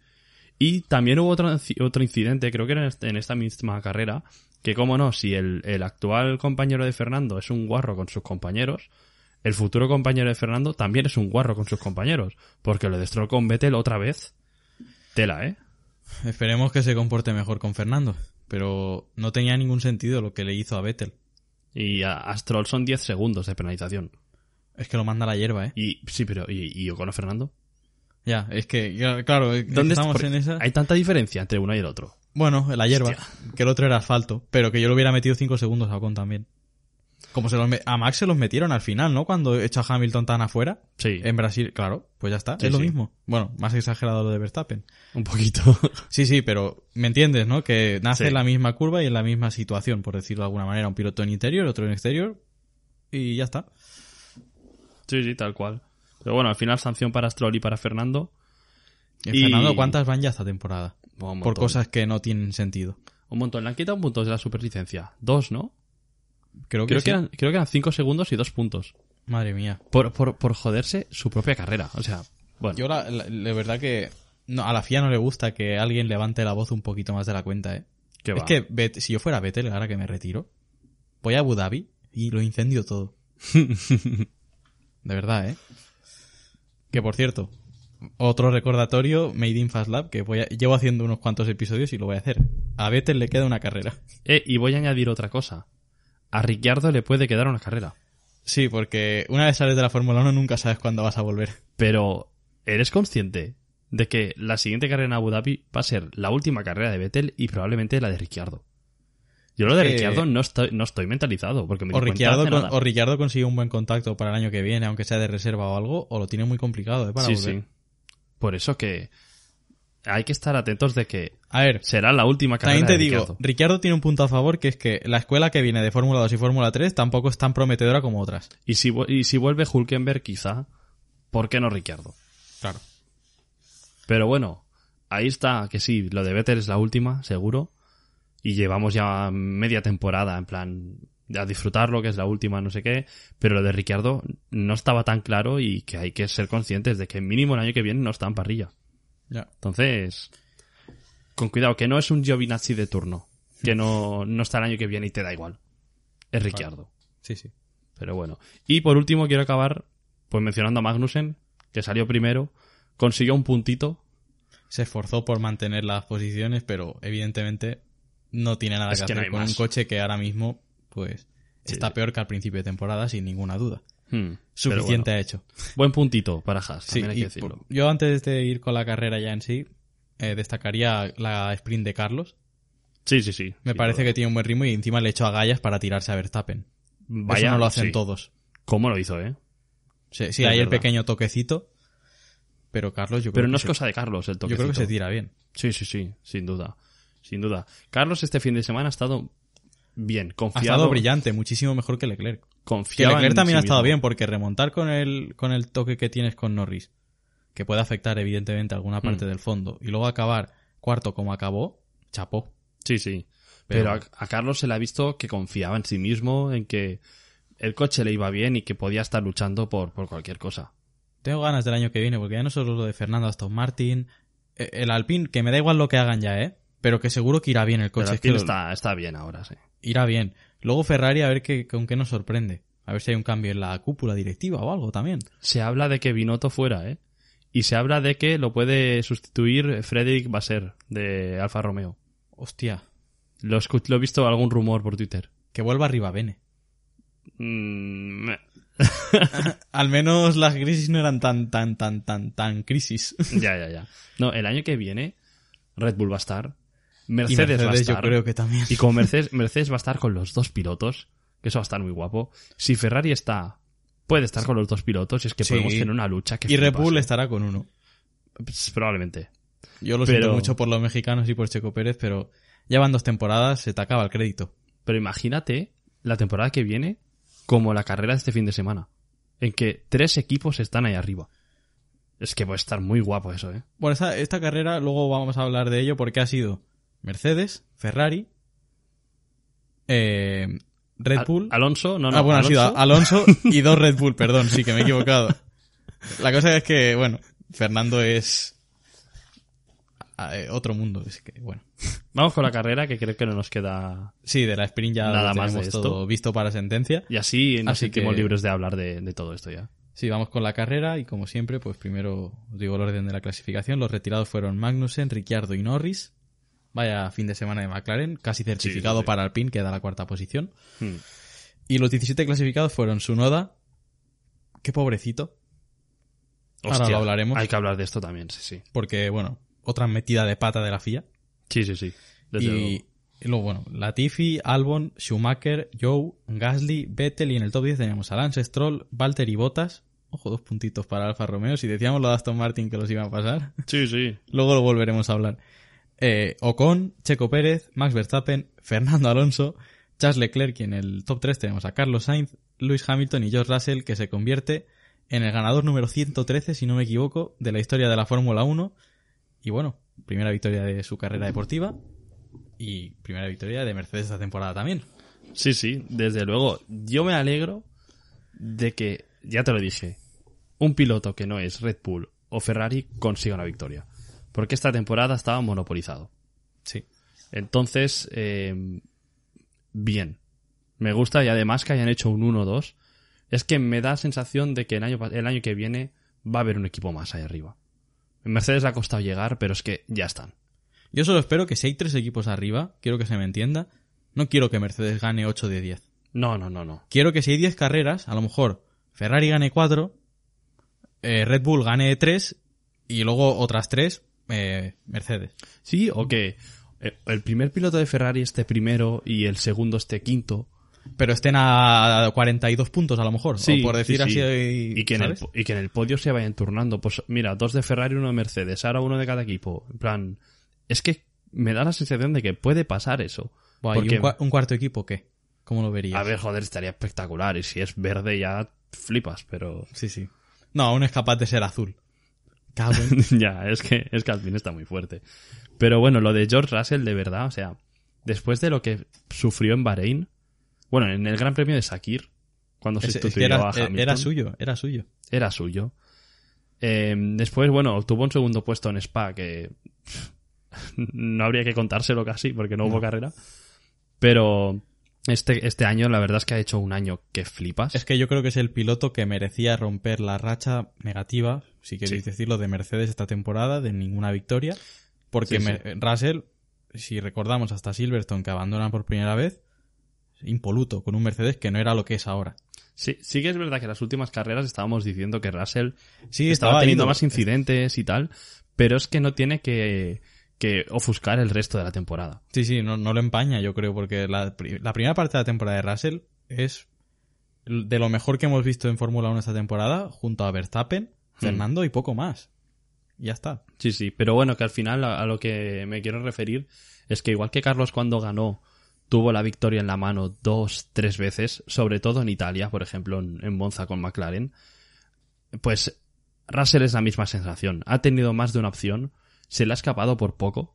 Y también hubo otro, inci- otro incidente, creo que era en est- en esta misma carrera, que como no, si el, el actual compañero de Fernando es un guarro con sus compañeros, el futuro compañero de Fernando también es un guarro con sus compañeros, porque lo destrozó con Vettel otra vez. Tela, ¿eh? Esperemos que se comporte mejor con Fernando. Pero no tenía ningún sentido lo que le hizo a Vettel. Y a Astrol son 10 segundos de penalización. Es que lo manda a la hierba, ¿eh? Y sí, pero ¿y, y Ocon a Fernando? Ya, es que, ya, claro, eh, ¿Dónde es- estamos por- en esa. Hay tanta diferencia entre uno y el otro. Bueno, la hierba, que el otro era asfalto, pero que yo le hubiera metido 5 segundos a Ocon también. Como se los me- a Max se los metieron al final, ¿no? Cuando echa a Hamilton tan afuera. Sí, En Brasil, claro, pues ya está, Sí, es lo sí. mismo. Bueno, más exagerado lo de Verstappen. un poquito. Sí, sí, pero me entiendes, ¿no? Que nace Sí. en la misma curva y en la misma situación, por decirlo de alguna manera. Un piloto en interior, otro en exterior y ya está. sí, sí, tal cual. Pero bueno, al final sanción para Astrol y para Fernando. Y... Y- Fernando, ¿cuántas van ya esta temporada? Bueno, un Por montón. cosas que no tienen sentido. Un montón. Le han quitado un punto de la superlicencia. Dos, ¿no? Creo que, Creo, sí. que, eran, creo que eran cinco segundos y dos puntos. Madre mía. Por, por, por joderse su propia carrera. O sea, bueno. Yo la, la- la verdad que no, a la FIA no le gusta que alguien levante la voz un poquito más de la cuenta, ¿eh? ¿qué es va? que Bet- si yo fuera Vettel, ahora que me retiro, voy a Abu Dhabi y lo incendio todo. de verdad, ¿eh? Que por cierto, otro recordatorio, Made in Fast Lab, que voy a- llevo haciendo unos cuantos episodios y lo voy a hacer. A Vettel le queda una carrera. Eh, y voy a añadir otra cosa. A Ricciardo le puede quedar una carrera. Sí, porque una vez sales de la Fórmula 1 nunca sabes cuándo vas a volver. Pero, ¿eres consciente de que la siguiente carrera en Abu Dhabi va a ser la última carrera de Vettel y probablemente la de Ricciardo? Yo lo de Eh, Ricciardo no estoy, no estoy mentalizado, porque me O di cuenta Ricciardo, hace con- nada. o Ricciardo consigue un buen contacto para el año que viene, aunque sea de reserva o algo, o lo tiene muy complicado, ¿eh? Para Sí, volver. sí. Por eso que hay que estar atentos de que A ver, será la última carrera también te de digo, Ricciardo. Ricciardo tiene un punto a favor, que es que la escuela que viene de Fórmula 2 y Fórmula 3 tampoco es tan prometedora como otras. Y si, vu- y si vuelve Hulkenberg, quizá, ¿por qué no Ricciardo? Claro. Pero bueno, ahí está, que sí, lo de Vettel es la última, seguro. Y llevamos ya media temporada, en plan, a disfrutarlo, que es la última, no sé qué. Pero lo de Ricciardo no estaba tan claro y que hay que ser conscientes de que mínimo el año que viene no está en parrilla. Ya. Entonces, con cuidado, que no es un Giovinazzi de turno. Que no, no está el año que viene y te da igual. Es Ricciardo. Sí, sí. Pero bueno. Y por último, quiero acabar pues mencionando a Magnussen, que salió primero, consiguió un puntito. Se esforzó por mantener las posiciones, pero evidentemente no tiene nada Es que, que no hacer hay con más. un coche que ahora mismo, pues, está peor que al principio de temporada, sin ninguna duda. Hmm, pero Suficiente ha hecho. bueno, buen puntito para Haas, Sí, también hay y que decirlo. por- yo antes de ir con la carrera ya en sí, eh, destacaría la sprint de Carlos. Sí, sí, sí. Me sin parece duda. que tiene un buen ritmo y encima le echó a gallas para tirarse a Verstappen. Vaya, Eso no lo hacen sí. todos. ¿Cómo lo hizo, eh? Sí, sí, Es hay el verdad. pequeño toquecito, pero Carlos yo creo Pero que no es se- cosa de Carlos el yo toquecito. creo que se tira bien. Sí, sí, sí, sin duda. Sin duda. Carlos este fin de semana ha estado bien, Ha confiado. estado brillante, muchísimo mejor que Leclerc. Que Confiado Leclerc en también sí ha estado mismo. bien porque remontar con el con el toque que tienes con Norris, que puede afectar evidentemente alguna parte Mm. del fondo y luego acabar cuarto como acabó, chapó. Sí, sí. Pero- Pero, a, a Carlos se le ha visto que confiaba en sí mismo, en que el coche le iba bien y que podía estar luchando por, por cualquier cosa. Tengo ganas del año que viene, porque ya no solo lo de Fernando Aston Martin, eh, el Alpine, que me da igual lo que hagan ya, ¿eh? Pero que seguro que irá bien el Pero coche. al es que fin lo- está, está bien ahora, sí. Irá bien. Luego Ferrari, a ver qué, con qué nos sorprende. A ver si hay un cambio en la cúpula directiva o algo también. Se habla de que Binotto fuera, ¿eh? Y se habla de que lo puede sustituir Frederick Basser, de Alfa Romeo. Hostia, Lo, escu- lo he visto algún rumor por Twitter. que vuelva arriba Bene. Mm, meh. Al menos las crisis no eran tan, tan, tan, tan, tan crisis. ya, ya, ya. No, el año que viene Red Bull va a estar, Y Mercedes, va a Mercedes yo estar, creo que también. y con Mercedes, Mercedes va a estar con los dos pilotos, que eso va a estar muy guapo. Si Ferrari está, puede estar con los dos pilotos, y es que Sí. podemos tener una lucha que Y Red flipas, Bull ¿eh? estará con uno. Pues, probablemente. Yo lo Pero- siento mucho por los mexicanos y por Checo Pérez, pero ya van dos temporadas, se te acaba el crédito. Pero imagínate la temporada que viene como la carrera de este fin de semana, en que tres equipos están ahí arriba. Es que va a estar muy guapo eso, ¿eh? Bueno, esta, esta carrera luego vamos a hablar de ello porque ha sido Mercedes, Ferrari, eh, Red Al- Bull. Alonso, no, no. ah, bueno, Alonso, ha sido Alonso y dos Red Bull, perdón, sí que me he equivocado. La cosa es que, bueno, Fernando es ah, eh, otro mundo. Es que, bueno. Vamos con la carrera, que creo que no nos queda. Sí, de la sprint ya Nada lo más tenemos de esto. todo visto para sentencia. Y así nos Así sentimos que- libres de hablar de, de todo esto ya. Sí, vamos con la carrera y como siempre, pues primero os digo el orden de la clasificación. Los retirados fueron Magnussen, Ricciardo y Norris. Vaya fin de semana de McLaren, casi certificado sí. para Alpine, que da la cuarta posición. Hmm. Y los 17 clasificados fueron Sunoda. Qué pobrecito. Ahora Hostia, lo hablaremos. Hay que hablar de esto también, sí, sí. Porque, bueno, otra metida de pata de la FIA. Sí, sí, sí. Desde Y luego. y luego, bueno, Latifi, Albon, Schumacher, Joe, Gasly, Vettel y en el top 10 teníamos a Lance Stroll, Valtteri Bottas. Ojo, dos puntitos para Alfa Romeo. Si decíamos lo de Aston Martin que los iba a pasar, Sí, sí. luego lo volveremos a hablar. Eh, Ocon, Checo Pérez, Max Verstappen, Fernando Alonso, Charles Leclerc y en el top 3 tenemos a Carlos Sainz, Lewis Hamilton y George Russell que se convierte en el ganador número 113, si no me equivoco, de la historia de la Fórmula 1. Y bueno, primera victoria de su carrera deportiva y primera victoria de Mercedes esta temporada también. Sí, sí, desde luego. Yo me alegro de que, ya te lo dije, un piloto que no es Red Bull o Ferrari consiga una victoria. Porque esta temporada estaba monopolizado. Sí. Entonces, eh, bien. Me gusta y además que hayan hecho un 1-2. Es que me da sensación de que el año, pa- el año que viene va a haber un equipo más ahí arriba. En Mercedes le ha costado llegar, pero es que ya están. Yo solo espero que si hay tres equipos arriba, quiero que se me entienda, no quiero que Mercedes gane 8 de 10. No, no, no, no. quiero que si hay 10 carreras, a lo mejor Ferrari gane 4, Red Bull gane 3 y luego otras 3 Mercedes. Sí, o que eh, el primer piloto de Ferrari esté primero y el segundo esté quinto. Pero estén a 42 puntos a lo mejor, Sí, o por decir sí, así. sí. eh, Y que, en el, ¿sabes? po- y que en el podio se vayan turnando. Pues mira, dos de Ferrari, uno de Mercedes, ahora uno de cada equipo. En plan, es que me da la sensación de que puede pasar eso. Buah, ¿y Porque- un, cua- un cuarto equipo qué? ¿Cómo lo verías? a ver, joder, estaría espectacular. Y si es verde ya flipas, pero Sí, sí. No, aún es capaz de ser azul. Pues Cago en- ya, es que, es que al fin está muy fuerte. Pero bueno, lo de George Russell, de verdad, o sea, después de lo que sufrió en Bahrein, bueno, en el Gran Premio de Sakir, cuando es- es que sustituyó a era, era Hamilton. suyo, era suyo. era suyo. Eh, después, bueno, obtuvo un segundo puesto en Spa, que no habría que contárselo casi, porque no, hubo carrera. Pero este, este año, la verdad es que ha hecho un año que flipas. Es que yo creo que es el piloto que merecía romper la racha negativa, si queréis Sí. decirlo, de Mercedes esta temporada, de ninguna victoria. Porque Sí, sí. Mer- Russell, si recordamos hasta Silverstone que abandona por primera vez, impoluto, con un Mercedes que no era lo que es ahora. Sí, sí que es verdad que en las últimas carreras estábamos diciendo que Russell Sí, estaba, estaba teniendo ido. más incidentes y tal, pero es que no tiene que, que ofuscar el resto de la temporada. Sí, sí, no, no lo empaña, yo creo, porque la, pri- la primera parte de la temporada de Russell es l- de lo mejor que hemos visto en Fórmula 1 esta temporada, junto a Verstappen, Hmm. Fernando y poco más. Ya está. Sí, sí, pero bueno, que al final a, a lo que me quiero referir es que igual que Carlos cuando ganó tuvo la victoria en la mano dos, tres veces, sobre todo en Italia, por ejemplo, en, en Monza con McLaren, pues Russell es la misma sensación. Ha tenido más de una opción, se le ha escapado por poco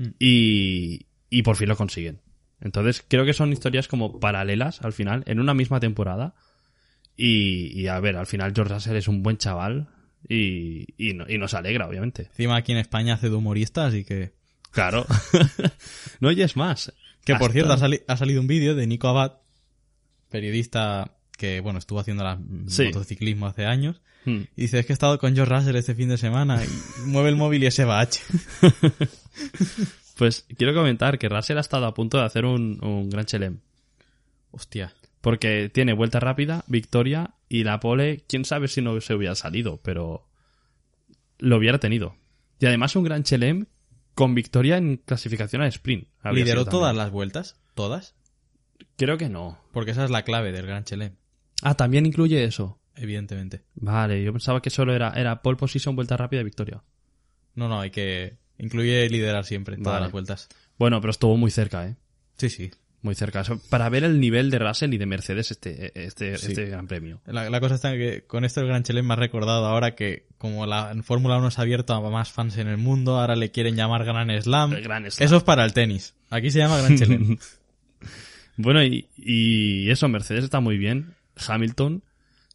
Mm. y, y por fin lo consiguen. Entonces creo que son historias como paralelas al final, en una misma temporada. Y, y a ver, al final George Russell es un buen chaval y, y no- y nos alegra, obviamente. Encima aquí en España hace de humorista, así que... Claro. no oyes más. Que por Hasta- cierto, ha, sali- ha salido un vídeo de Nico Abad, periodista que, bueno, estuvo haciendo la- Sí. motociclismo hace años. Hmm. Y dice, es que he estado con George Russell este fin de semana y mueve el móvil y ese bache. Pues quiero comentar que Russell ha estado a punto de hacer un, un gran chelem. Hostia. Porque tiene vuelta rápida, victoria y la pole, quién sabe si no se hubiera salido, pero lo hubiera tenido. Y además un gran chelem con victoria en clasificación a sprint. Habría ¿Lideró sido también. todas las vueltas? ¿Todas? Creo que no. Porque esa es la clave del Gran Chelem, Ah, también incluye eso. evidentemente. Vale, yo pensaba que solo era, era pole position, vuelta rápida y victoria. No, no, hay que... Incluye liderar siempre todas Vale. las vueltas. Bueno, pero estuvo muy cerca, ¿eh? Sí, sí. Muy cerca. Eso- Para ver el nivel de Russell y de Mercedes este, este, Sí. este gran premio. La, la cosa está en que con esto el Gran Chelem me ha recordado ahora que como la en Fórmula 1 se ha abierto a más fans en el mundo, ahora le quieren llamar Gran Slam. El Gran este. Slam. Mm. Eso es para el tenis. Aquí se llama Gran Chelem. Bueno, y, y eso, Mercedes está muy bien. Hamilton,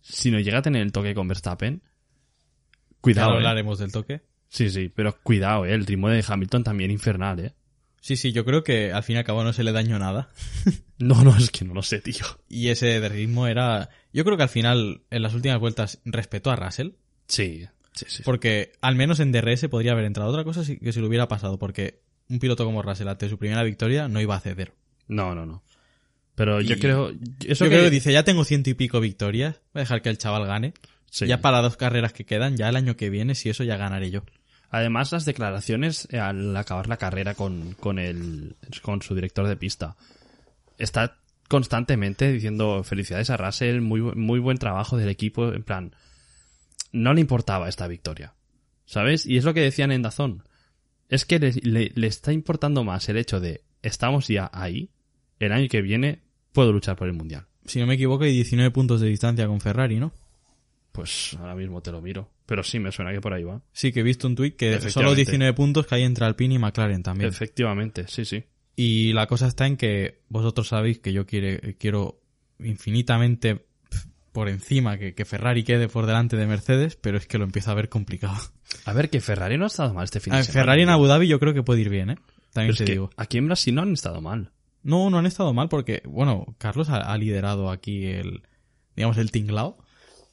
si no llega a tener el toque con Verstappen, Ya cuidado. lo eh. hablaremos del toque. Sí, sí, pero cuidado, ¿eh? el ritmo de Hamilton también infernal, ¿eh? Sí, sí, yo creo que al fin y al cabo no se le dañó nada. No, no, es que no lo sé, tío. Y ese de ritmo era... Yo creo que al final, en las últimas vueltas, respetó a Russell. Sí, sí, sí. Porque al menos en DRS podría haber entrado otra cosa si- que si lo hubiera pasado. Porque un piloto como Russell, ante su primera victoria, no iba a ceder. No, no, no. Pero yo Y- creo... Eso yo que... creo que dice, ya tengo ciento y pico victorias, voy a dejar que el chaval gane. Sí. Ya para dos carreras que quedan, ya el año que viene, si eso ya ganaré yo. Además, las declaraciones eh, al acabar la carrera con, con, el, con su director de pista. Está constantemente diciendo felicidades a Russell, muy, bu- muy buen trabajo del equipo, en plan... No le importaba esta victoria, ¿sabes? Y es lo que decían en Dazón. Es que le, le- le está importando más el hecho de estamos ya ahí, el año que viene puedo luchar por el Mundial. Si no me equivoco, hay 19 puntos de distancia con Ferrari, ¿no? Pues ahora mismo te lo miro. Pero sí, me suena que por ahí va. Sí, que he visto un tuit que solo Efectivamente. 19 puntos que hay entre Alpine y McLaren también. Efectivamente, sí, sí. Y la cosa está en que vosotros sabéis que yo quiere- quiero infinitamente pf, por encima que, que Ferrari quede por delante de Mercedes, pero es que lo empiezo a ver complicado. A ver, que Ferrari no ha estado mal este fin de Ah, semana. Ferrari en Abu Dhabi yo creo que puede ir bien, ¿eh? Pero También es te que digo. Aquí en Brasil no han estado mal. No, no han estado mal porque, bueno, Carlos ha, ha liderado aquí el, digamos, el tinglao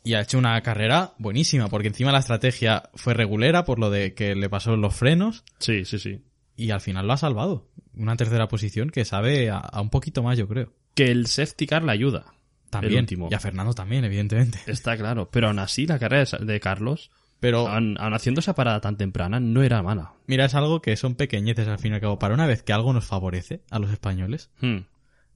y ha hecho una carrera buenísima porque encima la estrategia fue regulera por lo de que le pasó en los frenos Sí, sí, sí. y al final lo ha salvado. Una tercera posición que sabe a, a un poquito más, yo creo. Que el safety car la ayuda. También. El último. Y a Fernando también, evidentemente. Está claro. Pero aún así, la carrera de Sa- de Carlos, Pero aún aún haciendo esa parada tan temprana, no era mala. Ah, mira, es algo que son pequeñeces al fin y al cabo. Para una vez que algo nos favorece a los españoles, Hmm.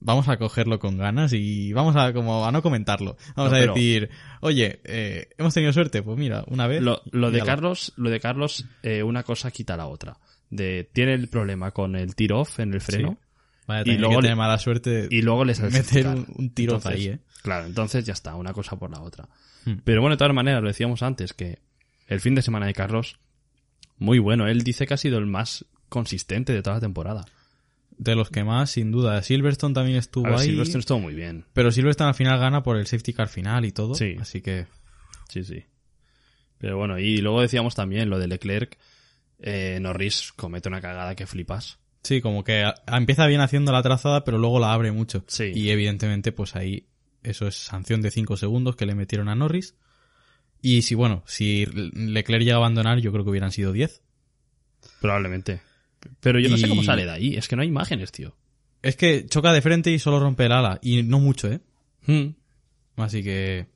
vamos a cogerlo con ganas y vamos a como a no comentarlo. Vamos No, a pero- decir, oye, eh, hemos tenido suerte, pues mira, una vez. Lo, lo de mírala. Carlos, lo de Carlos eh, una cosa quita la otra. De, tiene el problema con el tiro off en el freno Vaya, y tener que luego le- tener mala suerte y luego les meter un, un tiro Entonces, ahí, ¿eh? Claro, entonces ya está, una cosa por la otra. Hmm. Pero bueno, de todas maneras, lo decíamos antes, que el fin de semana de Carlos, muy bueno. Él dice que ha sido el más consistente de toda la temporada. De los que más, sin duda. Silverstone también estuvo A ver, ahí. Silverstone estuvo muy bien. Pero Silverstone al final gana por el safety car final y todo. Sí. Así que. Sí, sí. Pero bueno, y luego decíamos también lo de Leclerc. eh, Norris comete una cagada que flipas. Sí, como que a- empieza bien haciendo la trazada, pero luego la abre mucho. Sí. Y evidentemente, pues ahí eso es sanción de 5 segundos que le metieron a Norris. Y si, bueno, si Leclerc llega a abandonar, yo creo que hubieran sido 10. Probablemente. Pero yo no sé Y- cómo sale de ahí. Es que no hay imágenes, tío. Es que choca de frente y solo rompe el ala. Y no mucho, ¿eh? Hmm. Así que.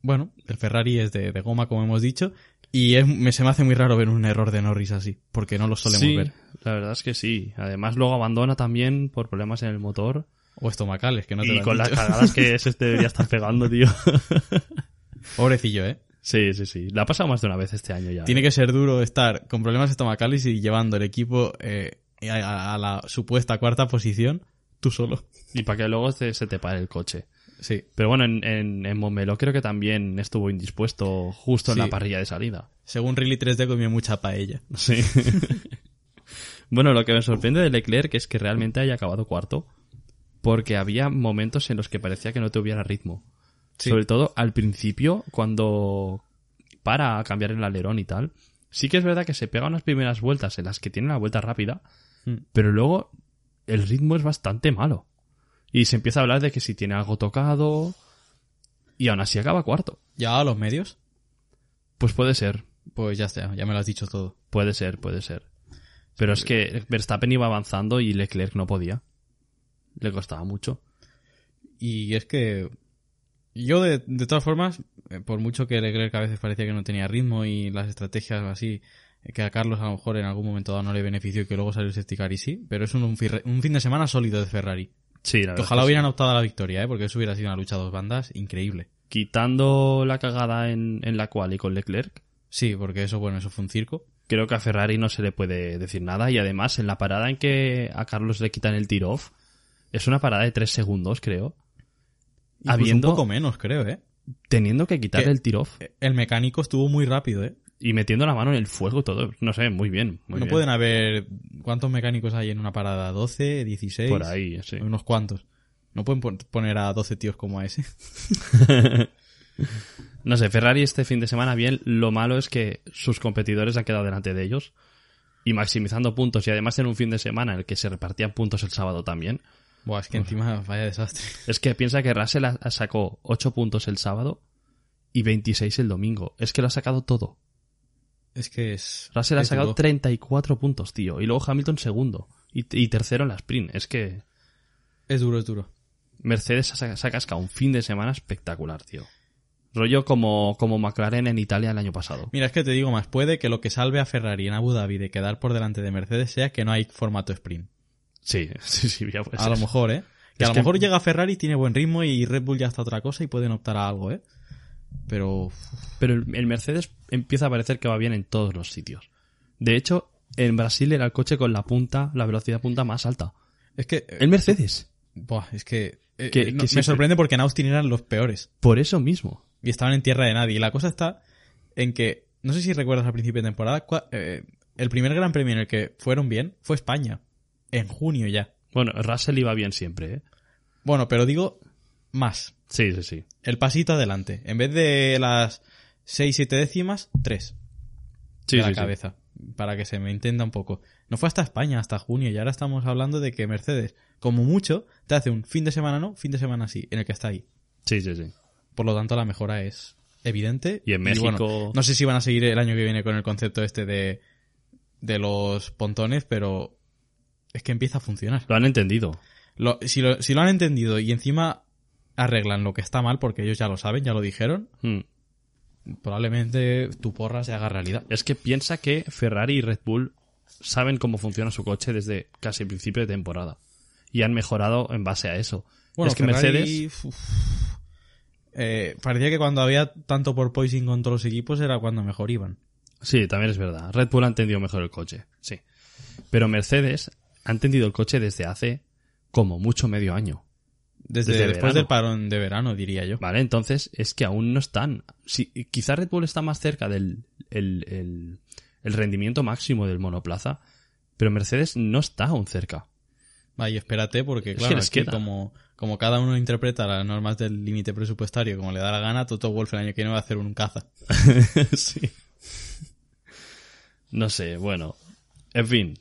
Bueno, el Ferrari es de, de goma, como hemos dicho. Y es- me, se me hace muy raro ver un error de Norris así. Porque no lo solemos Sí, ver. la verdad es que sí. Además, luego abandona también por problemas en el motor. O estomacales, que no te lo y han con las dicho. cagadas que se te debería estar pegando, tío. Pobrecillo, ¿eh? Sí, sí, sí. La ha pasado más de una vez este año ya. Tiene que ser duro estar con problemas estomacales y llevando el equipo eh, a, a la supuesta cuarta posición tú solo. Y para que luego se, se te pare el coche. Sí. Pero bueno, en, en, en Montmeló creo que también estuvo indispuesto justo en Sí. la parrilla de salida. Según Riley 3D comió mucha paella. Sí. bueno, lo que me sorprende de Leclerc es que realmente haya acabado cuarto. Porque había momentos en los que parecía que no tuviera ritmo. Sí. Sobre todo al principio, cuando para a cambiar el alerón y tal. Sí que es verdad que se pega unas primeras vueltas en las que tiene la vuelta rápida. Mm. Pero luego el ritmo es bastante malo. Y se empieza a hablar de que si tiene algo tocado. Y aún así acaba cuarto. ¿Ya a los medios? Pues puede ser. Pues ya está, ya me lo has dicho todo. Puede ser, puede ser. Pero es que Verstappen iba avanzando y Leclerc no podía. Le costaba mucho. Y es que yo de, de todas formas, eh, por mucho que Leclerc a veces parecía que no tenía ritmo y las estrategias así, eh, que a Carlos a lo mejor en algún momento dado no le benefició y que luego salió el safety car y sí, pero es un, un firre- un fin de semana sólido de Ferrari. Sí, la Que ojalá hubieran optado a la victoria, ¿eh? porque eso hubiera sido una lucha a dos bandas increíble. Quitando la cagada en, en la cual y con Leclerc, Sí, porque eso, bueno, eso fue un circo. creo que a Ferrari no se le puede decir nada. Y además, en la parada en que a Carlos le quitan el tiro-off, es una parada de tres segundos, creo. Incluso Habiendo- un poco menos, creo, ¿eh? Teniendo que quitar ¿Qué? el tiro-off El mecánico estuvo muy rápido, ¿eh? y metiendo la mano en el fuego, todo. No sé, muy bien. Muy no bien. pueden haber... ¿Cuántos mecánicos hay en una parada? ¿12? ¿16? Por ahí, sí. Unos cuantos. No pueden pon- poner a 12 tíos como a ese. No sé, Ferrari este fin de semana bien, lo malo es que sus competidores han quedado delante de ellos y maximizando puntos y además en un fin de semana en el que se repartían puntos el sábado también. Buah, es que encima vaya desastre. Es que piensa que Russell ha- ha sacó 8 puntos el sábado y 26 el domingo. Es que lo ha sacado todo. Es que es. Russell ha es sacado duro. 34 puntos, tío. Y luego Hamilton segundo y, y tercero en la sprint. Es que Es duro, es duro. Mercedes ha sa- se ha cascado un fin de semana espectacular, tío. Rollo como, como McLaren en Italia el año pasado. Mira, es que te digo más, puede que lo que salve a Ferrari en Abu Dhabi de quedar por delante de Mercedes sea que no hay formato sprint. Sí, sí, sí, ya puede a lo ser. mejor, ¿eh? Que Pues Es a lo que- mejor llega Ferrari, tiene buen ritmo y Red Bull ya está otra cosa y pueden optar a algo, ¿eh? Pero uf, Pero el, el Mercedes empieza a parecer que va bien en todos los sitios. De hecho, en Brasil era el coche con la punta, la velocidad punta más alta. es que... eh, El Mercedes. buah, es que... eh, Que- eh, que no- siempre- me sorprende porque en Austin eran los peores Por eso mismo. y estaban en tierra de nadie. Y la cosa está en que, no sé si recuerdas al principio de temporada, cua- eh, el primer gran premio en el que fueron bien fue España, en junio ya. Bueno, Russell iba bien siempre, ¿eh? Bueno, pero digo más, Sí, sí, sí. el pasito adelante. En vez de las 6, 7 décimas, 3 Sí, de la sí, sí. cabeza. Para que se me entienda un poco. No fue hasta España, hasta junio, y ahora estamos hablando de que Mercedes, como mucho, te hace un fin de semana no, fin de semana sí, en el que está ahí. Sí, sí, sí. Por lo tanto, la mejora es evidente. Y en bueno, México- no sé si van a seguir el año que viene con el concepto este de, de los pontones, pero es que empieza a funcionar. Lo han entendido. Lo- si, lo, si lo han entendido y encima arreglan lo que está mal, porque ellos ya lo saben, ya lo dijeron, Mm. probablemente tu porra se haga realidad. Es que piensa que Ferrari y Red Bull saben cómo funciona su coche desde casi el principio de temporada. Y han mejorado en base a eso. es que Ferrari, Mercedes... uf. Eh, parecía que cuando había tanto por poising contra los equipos era cuando mejor iban. Sí, también es verdad. Red Bull ha entendido mejor el coche. Sí. Pero Mercedes ha entendido el coche desde hace como mucho medio año. Desde, Desde después verano. del parón de verano, diría yo. Vale, entonces es que aún no están. Si, quizá Red Bull está más cerca del el, el- el rendimiento máximo del monoplaza, pero Mercedes no está aún cerca. Ahí espérate, porque Es claro, que les aquí queda. como, como cada uno interpreta las normas del límite presupuestario como le da la gana, Toto Wolf el año que viene va a hacer un caza. sí. No sé, bueno. En fin.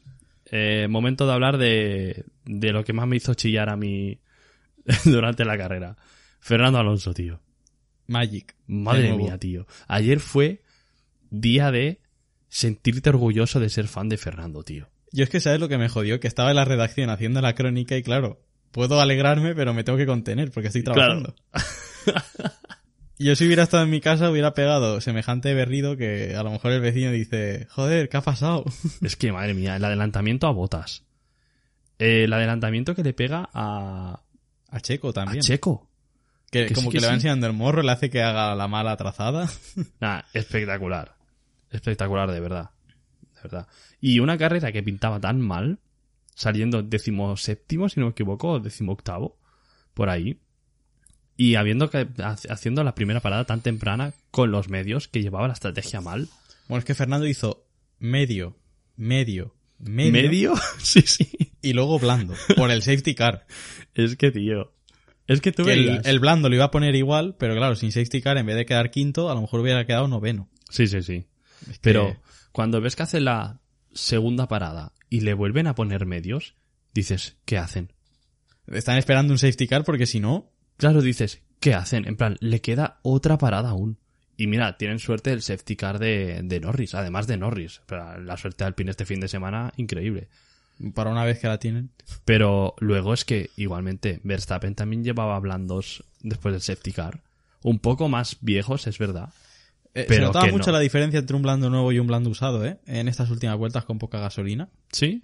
eh, momento de hablar de, de lo que más me hizo chillar a mí durante la carrera. Fernando Alonso, tío. Magic. De Madre nuevo. mía, tío. Ayer fue día de sentirte orgulloso de ser fan de Fernando, tío. Yo es que sabes lo que me jodió, que estaba en la redacción haciendo la crónica y claro, puedo alegrarme, pero me tengo que contener porque estoy trabajando. Yo si hubiera estado en mi casa hubiera pegado semejante berrido que a lo mejor el vecino dice, joder, ¿qué ha pasado? Es que, madre mía, el adelantamiento a botas. el adelantamiento que le pega a, A Checo a también. Checo. que, que sí, como que, que le va sí. enseñando el morro, le hace que haga la mala trazada. Nada, espectacular. Espectacular, de verdad. De verdad. Y una carrera que pintaba tan mal, saliendo decimoséptimo, si no me equivoco, o decimoctavo, por ahí. Y habiendo que, ha- haciendo la primera parada tan temprana con los medios que llevaba la estrategia mal. Bueno, es que Fernando hizo medio, medio, medio, ¿Medio? sí, sí. y luego blando, por el safety car. Es que, tío. Es que tú Que el, veías- el blando lo iba a poner igual, pero claro, sin safety car, en vez de quedar quinto, a lo mejor hubiera quedado noveno. Sí, sí, sí. Es que- Pero cuando ves que hace la segunda parada y le vuelven a poner medios, dices, ¿qué hacen? Están esperando un safety car porque si no, Claro, dices, ¿qué hacen? En plan, le queda otra parada aún. Y mira, tienen suerte el safety car de, de Norris, además de Norris. Pero La suerte de Alpine este fin de semana, increíble. para una vez que la tienen. Pero luego es que igualmente Verstappen también llevaba blandos después del safety car. Un poco más viejos, es verdad. Eh, se Pero notaba que mucho no. la diferencia entre un blando nuevo y un blando usado, ¿eh? En estas últimas vueltas con poca gasolina. Sí,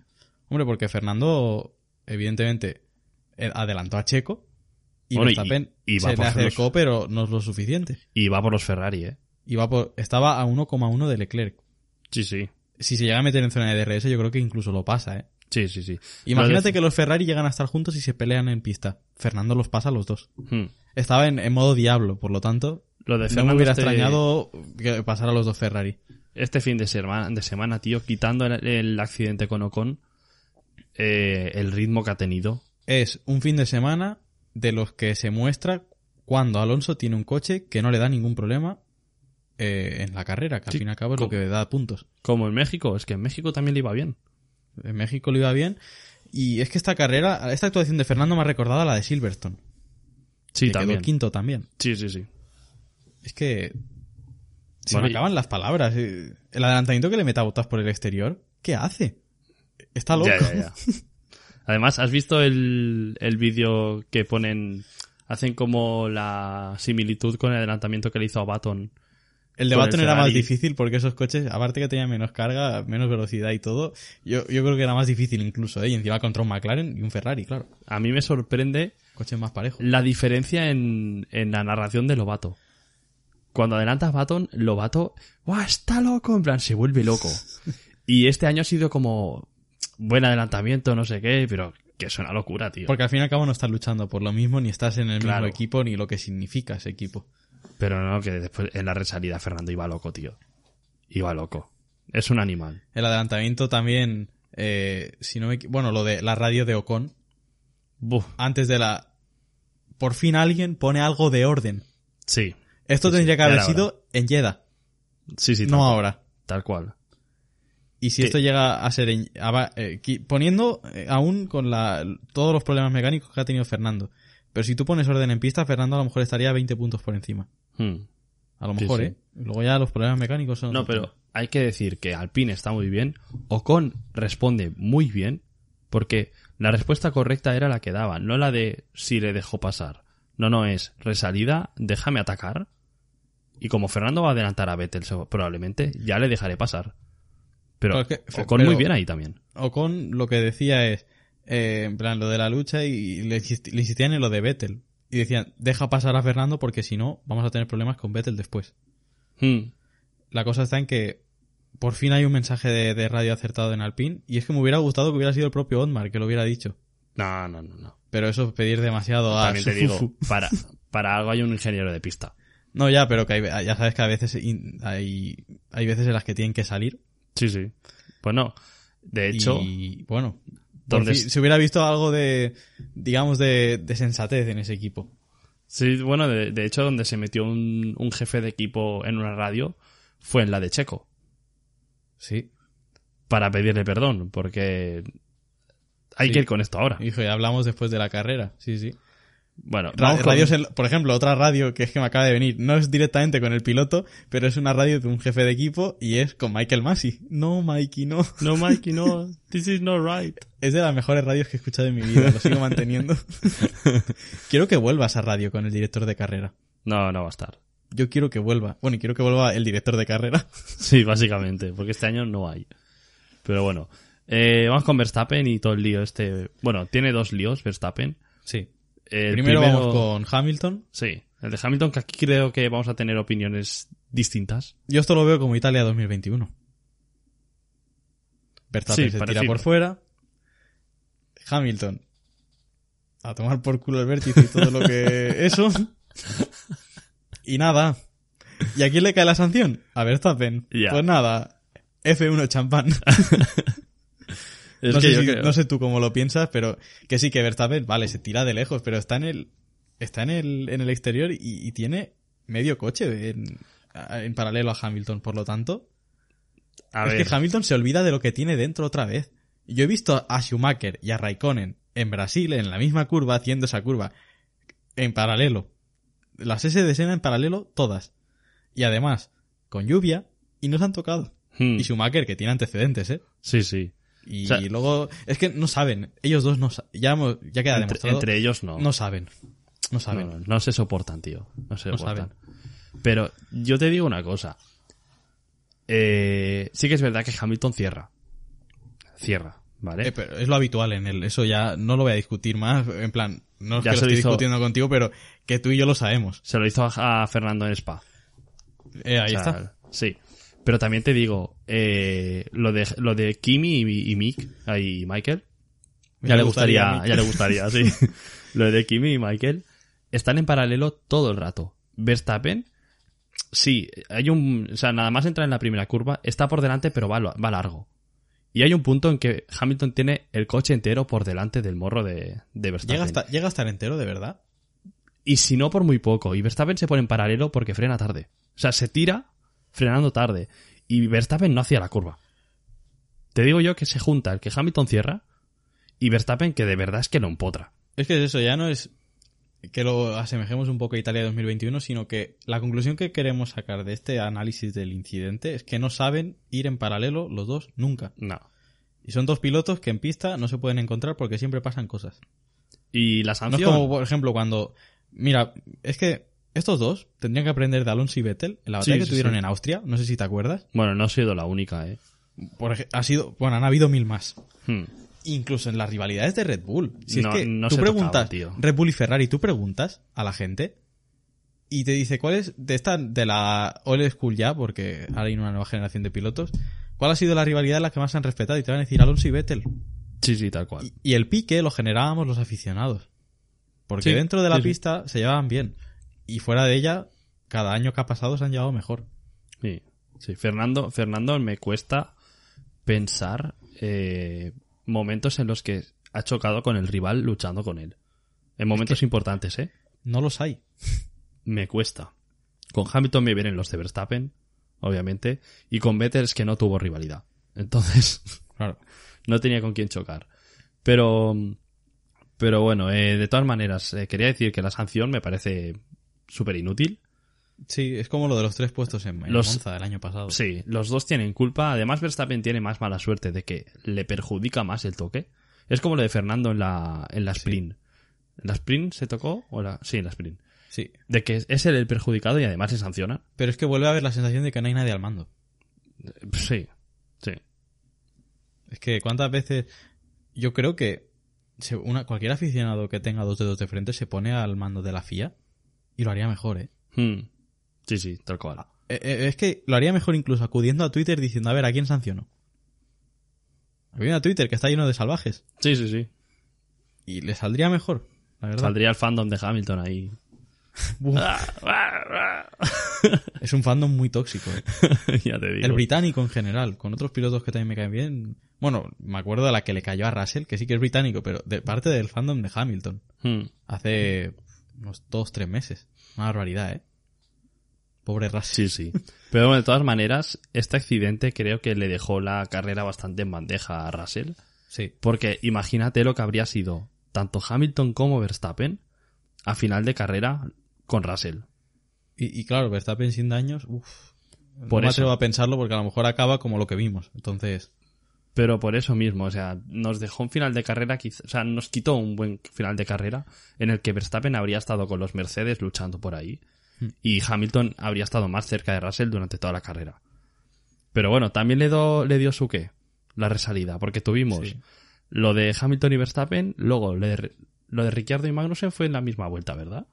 Hombre, porque Fernando, evidentemente, eh, adelantó a Checo y Bueno, y- Verstappen y va se le por los- acercó, pero no es lo suficiente. y va por los Ferrari, ¿eh? Iba por, estaba a 1,1 de Leclerc. Sí, sí. Si se llega a meter en zona de DRS, yo creo que incluso lo pasa, ¿eh? Sí, sí, sí. Imagínate que los Ferrari llegan a estar juntos y se pelean en pista. Fernando los pasa a los dos. que... Estaba en, en modo diablo, por lo tanto, Hmm. Lo no de me Fernando hubiera este- extrañado que pasara a los dos Ferrari. este fin de semana, de semana tío, quitando el, el accidente con Ocon, eh, el ritmo que ha tenido. es un fin de semana de los que se muestra cuando Alonso tiene un coche que no le da ningún problema eh, en la carrera, que al Sí, fin y al cabo es co- lo que le da puntos. Como en México, es que en México también le iba bien. En México le iba bien. Y es que esta carrera, esta actuación de Fernando me ha recordado a la de Silverstone. Sí, que quedó también. quinto también. Sí, sí, sí. Es que. Se Bueno, me y- acaban las palabras. eh. El adelantamiento que le meta a Bottas por el exterior, ¿qué hace? Está loco. Ya, ya, ya. Además, ¿has visto el, el vídeo que ponen? Hacen como la similitud con el adelantamiento que le hizo a Baton. El de Con el Baton era más Ferrari. difícil porque esos coches, aparte que tenían menos carga, menos velocidad y todo, yo, yo creo que era más difícil incluso, ¿eh? Y encima contra un McLaren y un Ferrari, claro. A mí me sorprende Coches más parejos. la diferencia en, en la narración de Lobato. Cuando adelantas Baton, Lobato, ¡guau! Está loco, en plan, se vuelve loco. Y este año ha sido como buen adelantamiento, no sé qué, pero que es una locura, tío. Porque al fin y al cabo no estás luchando por lo mismo, ni estás en el Claro. mismo equipo, ni lo que significa ese equipo. Pero no, que después en la resalida Fernando iba loco, tío. Iba loco. Es un animal. El adelantamiento también, eh, si no me equi- bueno, lo de la radio de Ocon, Buf, antes de la... Por fin alguien pone algo de orden. sí. Esto Sí, sí, tendría que ya haber era sido en Jeddah, Sí, sí, tal, no cual, ahora. tal cual. Y si Que- esto llega a ser en- a va- eh, qui- poniendo eh, aún con la, todos los problemas mecánicos que ha tenido Fernando. Pero si tú pones orden en pista, Fernando a lo mejor estaría 20 puntos por encima. Hmm. A lo Sí, mejor, sí. ¿eh? Luego ya los problemas mecánicos son... No, pero hay que decir que Alpine está muy bien. Ocon responde muy bien. Porque la respuesta correcta era la que daba, no la de si le dejó pasar. No, no, es resalida, déjame atacar. Y como Fernando va a adelantar a Vettel so- probablemente, ya le dejaré pasar. Pero Pero es que- Ocon pero- muy bien ahí también. Ocon lo que decía es, eh, en plan, lo de la lucha y le, insisti- le insistían en lo de Vettel. Y decían, deja pasar a Fernando porque si no, vamos a tener problemas con Vettel después. Hmm. La cosa está en que por fin hay un mensaje de, de radio acertado en Alpine. Y es que me hubiera gustado que hubiera sido el propio Otmar que lo hubiera dicho. No, no, no, no. Pero eso es pedir demasiado a También te su digo, fufu. para, para algo hay un ingeniero de pista. No, ya, pero que hay- ya sabes que a veces in- hay, hay veces en las que tienen que salir. Sí, sí. Pues no. De hecho, y bueno, por ¿dónde fin es- se hubiera visto algo de, digamos, de, de sensatez en ese equipo. sí, bueno, de, de hecho, donde se metió un, un jefe de equipo en una radio fue en la de Checo, Sí. para pedirle perdón, porque hay Sí. que ir con esto ahora. Hijo, ya hablamos después de la carrera. Sí, sí. Bueno, Ra- vamos con- radios en- por ejemplo, otra radio que es que me acaba de venir, no es directamente con el piloto, pero es una radio de un jefe de equipo y es con Michael Massey. No, Mikey, no. No, Mikey, no. This is not right. Es de las mejores radios que he escuchado en mi vida, lo sigo manteniendo. quiero que vuelva esa radio con el director de carrera. No, no va a estar. Yo quiero que vuelva. Bueno, y quiero que vuelva el director de carrera. Sí, básicamente, porque este año no hay. Pero bueno, eh, vamos con Verstappen y todo el lío este. Bueno, tiene dos líos Verstappen. Eh, Sí. El Primero, primero- vamos con Hamilton. Sí, el de Hamilton, que aquí creo que vamos a tener opiniones distintas. Yo esto lo veo como Italia 2021. Verstappen Sí, se tira parecido. por fuera. Hamilton. A tomar por culo el vértice y todo lo que. Eso. Y nada. ¿Y a quién le cae la sanción? A Verstappen. Ya. Pues nada. F1 champán. Es no, que sé yo si- creo- no sé tú cómo lo piensas, pero que sí, que Verstappen, vale, se tira de lejos, pero está en el, está en el, en el exterior y, y tiene medio coche en, en paralelo a Hamilton, por lo tanto. A es ver, que Hamilton se olvida de lo que tiene dentro otra vez. Yo he visto a Schumacher y a Raikkonen en Brasil, en la misma curva, haciendo esa curva, en paralelo. Las S de Senna en paralelo, todas. Y además, con lluvia, y nos han tocado. hmm, Y Schumacher, que tiene antecedentes, ¿eh? Sí, sí. Y O sea- luego, es que no saben, ellos dos no sa- ya hemos- ya queda Entre, demostrado, entre ellos no. no. saben, no saben. No, no, no se soportan, tío. No se No soportan. Pero yo te digo una cosa. Eh, sí que es verdad que Hamilton cierra. Cierra, ¿vale? Eh, pero es lo habitual en él, eso ya no lo voy a discutir más, en plan, no es Ya que lo se lo estoy hizo- discutiendo contigo, pero que tú y yo lo sabemos. Se lo hizo a, a Fernando en Spa. Eh, ahí O sea, está. Sí. Pero también te digo, eh, lo, de, lo de Kimi y, y Mick, ahí Michael, Ya le gustaría, a mí. ya le gustaría, sí. Lo de Kimi y Michael están en paralelo todo el rato. Verstappen, sí, hay un, o sea, nada más entra en la primera curva, está por delante pero va, lo- va largo. Y hay un punto en que Hamilton tiene el coche entero por delante del morro de, de Verstappen. Llega, hasta, llega a estar entero, de verdad. Y si no, por muy poco. Y Verstappen se pone en paralelo porque frena tarde. O sea, se tira frenando tarde. Y Verstappen no hacía la curva. Te digo yo que se junta el que Hamilton cierra y Verstappen que de verdad es que lo empotra. Es que es eso, ya no es que lo asemejemos un poco a Italia 2021, sino que la conclusión que queremos sacar de este análisis del incidente es que no saben ir en paralelo los dos nunca. No. Y son dos pilotos que en pista no se pueden encontrar porque siempre pasan cosas. Y la No es sanción... como, por ejemplo, cuando... Mira, es que estos dos tendrían que aprender de Alonso y Vettel en la batalla Sí, que sí, tuvieron sí. en Austria, no sé si te acuerdas. Bueno, no ha sido la única, ¿eh? Por ej- ha sido, bueno, han habido mil más. Hmm. incluso en las rivalidades de Red Bull. Si No- es que no tú se preguntas, tocaban, tío. Red Bull y Ferrari, tú preguntas a la gente y te dice cuál es de esta de la old school ya, porque ahora hay una nueva generación de pilotos, cuál ha sido la rivalidad en la que más han respetado y te van a decir Alonso y Vettel. Sí, sí, tal cual. Y, y el pique lo generábamos los aficionados. Porque Sí, dentro de la sí, sí. pista se llevaban bien y fuera de ella cada año que ha pasado se han llevado mejor. Sí, sí. Fernando, Fernando me cuesta pensar eh, momentos en los que ha chocado con el rival luchando con él. En momentos importantes, ¿eh? No los hay. Me cuesta. Con Hamilton me vienen los de Verstappen, obviamente, y con Vettel es que no tuvo rivalidad. Entonces, Claro. no tenía con quién chocar. Pero, pero bueno, eh, de todas maneras, eh, quería decir que la sanción me parece súper inútil. Sí, es como lo de los tres puestos en, en Los- Monza del año pasado. Sí, los dos tienen culpa. Además, Verstappen tiene más mala suerte de que le perjudica más el toque. Es como lo de Fernando en la, en la sprint. ¿En la sprint se tocó? ¿O la... Sí, en la sprint. Sí. De que es él el perjudicado y además se sanciona. Pero es que vuelve a haber la sensación de que no hay nadie al mando. Eh, Sí, sí. Es que cuántas veces yo creo que se- una, cualquier aficionado que tenga dos dedos de frente se pone al mando de la FIA y lo haría mejor, ¿eh? Hmm. Sí, sí, tal cual. Eh, eh, Es que lo haría mejor incluso acudiendo a Twitter diciendo, a ver, ¿a quién sanciono? Acudiendo a Twitter, que está lleno de salvajes. Sí, sí, sí. Y le saldría mejor, la verdad. Saldría el fandom de Hamilton ahí. Buf, es un fandom muy tóxico. ¿eh? ya te digo. El británico en general, con otros pilotos que también me caen bien. Bueno, me acuerdo de la que le cayó a Russell, que sí que es británico, pero de parte del fandom de Hamilton. Hmm. hace unos dos, tres meses. Una barbaridad, ¿eh? Pobre Russell. Sí, sí. Pero bueno, de todas maneras, este accidente creo que le dejó la carrera bastante en bandeja a Russell. Sí. Porque imagínate lo que habría sido tanto Hamilton como Verstappen a final de carrera con Russell. Y, y claro, Verstappen sin daños, uff. Por no me eso. atrevo a pensarlo porque a lo mejor acaba como lo que vimos. Entonces, Pero por eso mismo, o sea, nos dejó un final de carrera, quiz- o sea, nos quitó un buen final de carrera en el que Verstappen habría estado con los Mercedes luchando por ahí Hmm. y Hamilton habría estado más cerca de Russell durante toda la carrera. Pero bueno, también le, do- le dio su qué, la resalida, porque tuvimos Sí. lo de Hamilton y Verstappen, luego lo de, lo de Ricciardo y Magnussen fue en la misma vuelta, ¿verdad?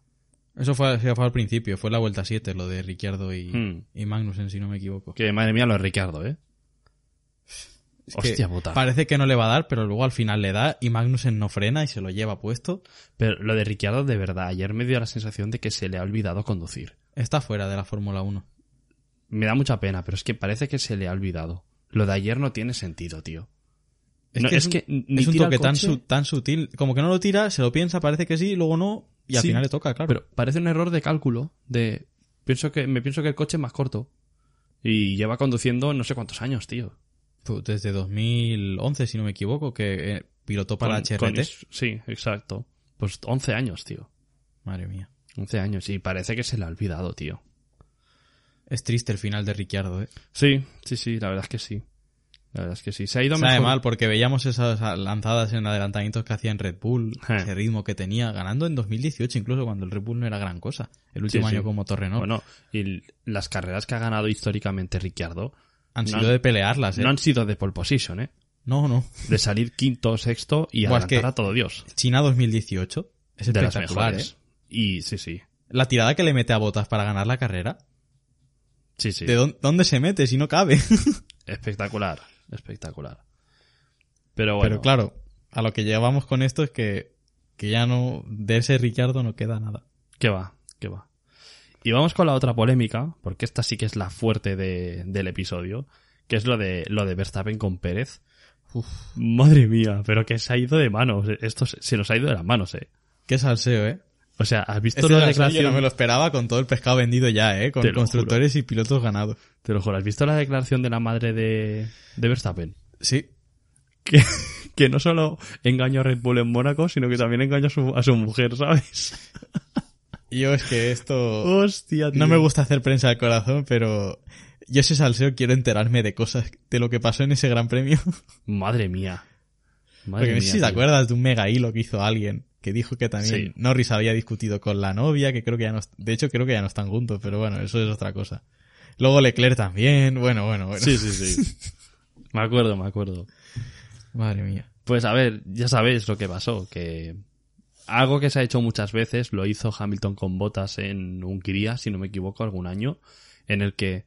eso fue, eso fue al principio, fue la vuelta 7, lo de Ricciardo y, Hmm. y Magnussen, si no me equivoco. Que madre mía, lo de Ricardo, ¿eh? Es que Hostia puta. Parece que no le va a dar, pero luego al final le da y Magnussen no frena y se lo lleva puesto. Pero lo de Ricciardo, de verdad, ayer me dio la sensación de que se le ha olvidado conducir. Está fuera de la Fórmula 1. Me da mucha pena, pero es que parece que se le ha olvidado. Lo de ayer no tiene sentido, tío. No, es un- que ni es un tira el toque tan, coche. su- tan sutil. Como que no lo tira, se lo piensa, parece que sí, luego no, y al Sí, final le toca, claro. Pero parece un error de cálculo, de... Pienso que, me pienso que el coche es más corto. Y lleva conduciendo no sé cuántos años, tío. Pues Desde 2011, si no me equivoco, que eh, pilotó para Con- HRT. con is- sí, exacto. Pues 11 años, tío. Madre mía. 11 años. Y parece que se le ha olvidado, tío. Es triste el final de Ricciardo, ¿eh? Sí, sí, sí, la verdad es que sí. La verdad es que sí. Se ha ido Sabe mejor. mal porque veíamos esas lanzadas en adelantamientos que hacía en Red Bull, Je. ese ritmo que tenía, ganando en 2018 incluso cuando el Red Bull no era gran cosa. El último sí. año como Torrenó. Bueno, y l- las carreras que ha ganado históricamente Ricciardo han no sido han- de pelearlas, ¿eh? no han sido de pole position, ¿eh? no, no. De salir quinto, sexto y Buah, es adelantar que- a todo Dios. China 2018 es De las espectacular, ¿eh? mejores. Y sí, sí. La tirada que le mete a Botas para ganar la carrera. Sí, sí. ¿De dónde, dónde se mete si no cabe? Espectacular. Espectacular. Pero bueno. Pero claro, a lo que llevamos con esto es que, que ya no, de ese Ricciardo no queda nada. Que va, que va. Y vamos con la otra polémica, porque esta sí que es la fuerte de- del episodio, que es lo de, lo de Verstappen con Pérez. Madre mía, pero que se ha ido de manos. Esto se, se nos ha ido de las manos, eh. Qué salseo, ¿eh? O sea, ¿has visto Este la trasero yo no declaración? me lo esperaba con todo el pescado vendido ya, ¿eh? Con Te lo constructores y pilotos ganados. Te lo juro, ¿has visto la declaración de la madre de, de Verstappen? Sí. Que, que no solo engañó a Red Bull en Mónaco, sino que también engañó a su, a su mujer, ¿sabes? Yo es que esto... Hostia, tío. No me gusta hacer prensa al corazón, pero yo ese salseo quiero enterarme de cosas, de lo que pasó en ese gran premio. Madre mía. Madre Porque no sé mía, si te tío. acuerdas de un mega hilo que hizo alguien que dijo que también Sí. Norris había discutido con la novia, que creo que ya no... De hecho, creo que ya no están juntos, pero bueno, eso es otra cosa. Luego Leclerc también, bueno, bueno, bueno. Sí, sí, sí. me acuerdo, me acuerdo. Madre mía. Pues a ver, ya sabéis lo que pasó, que algo que se ha hecho muchas veces, lo hizo Hamilton con botas en Hungría, si no me equivoco, algún año, en el que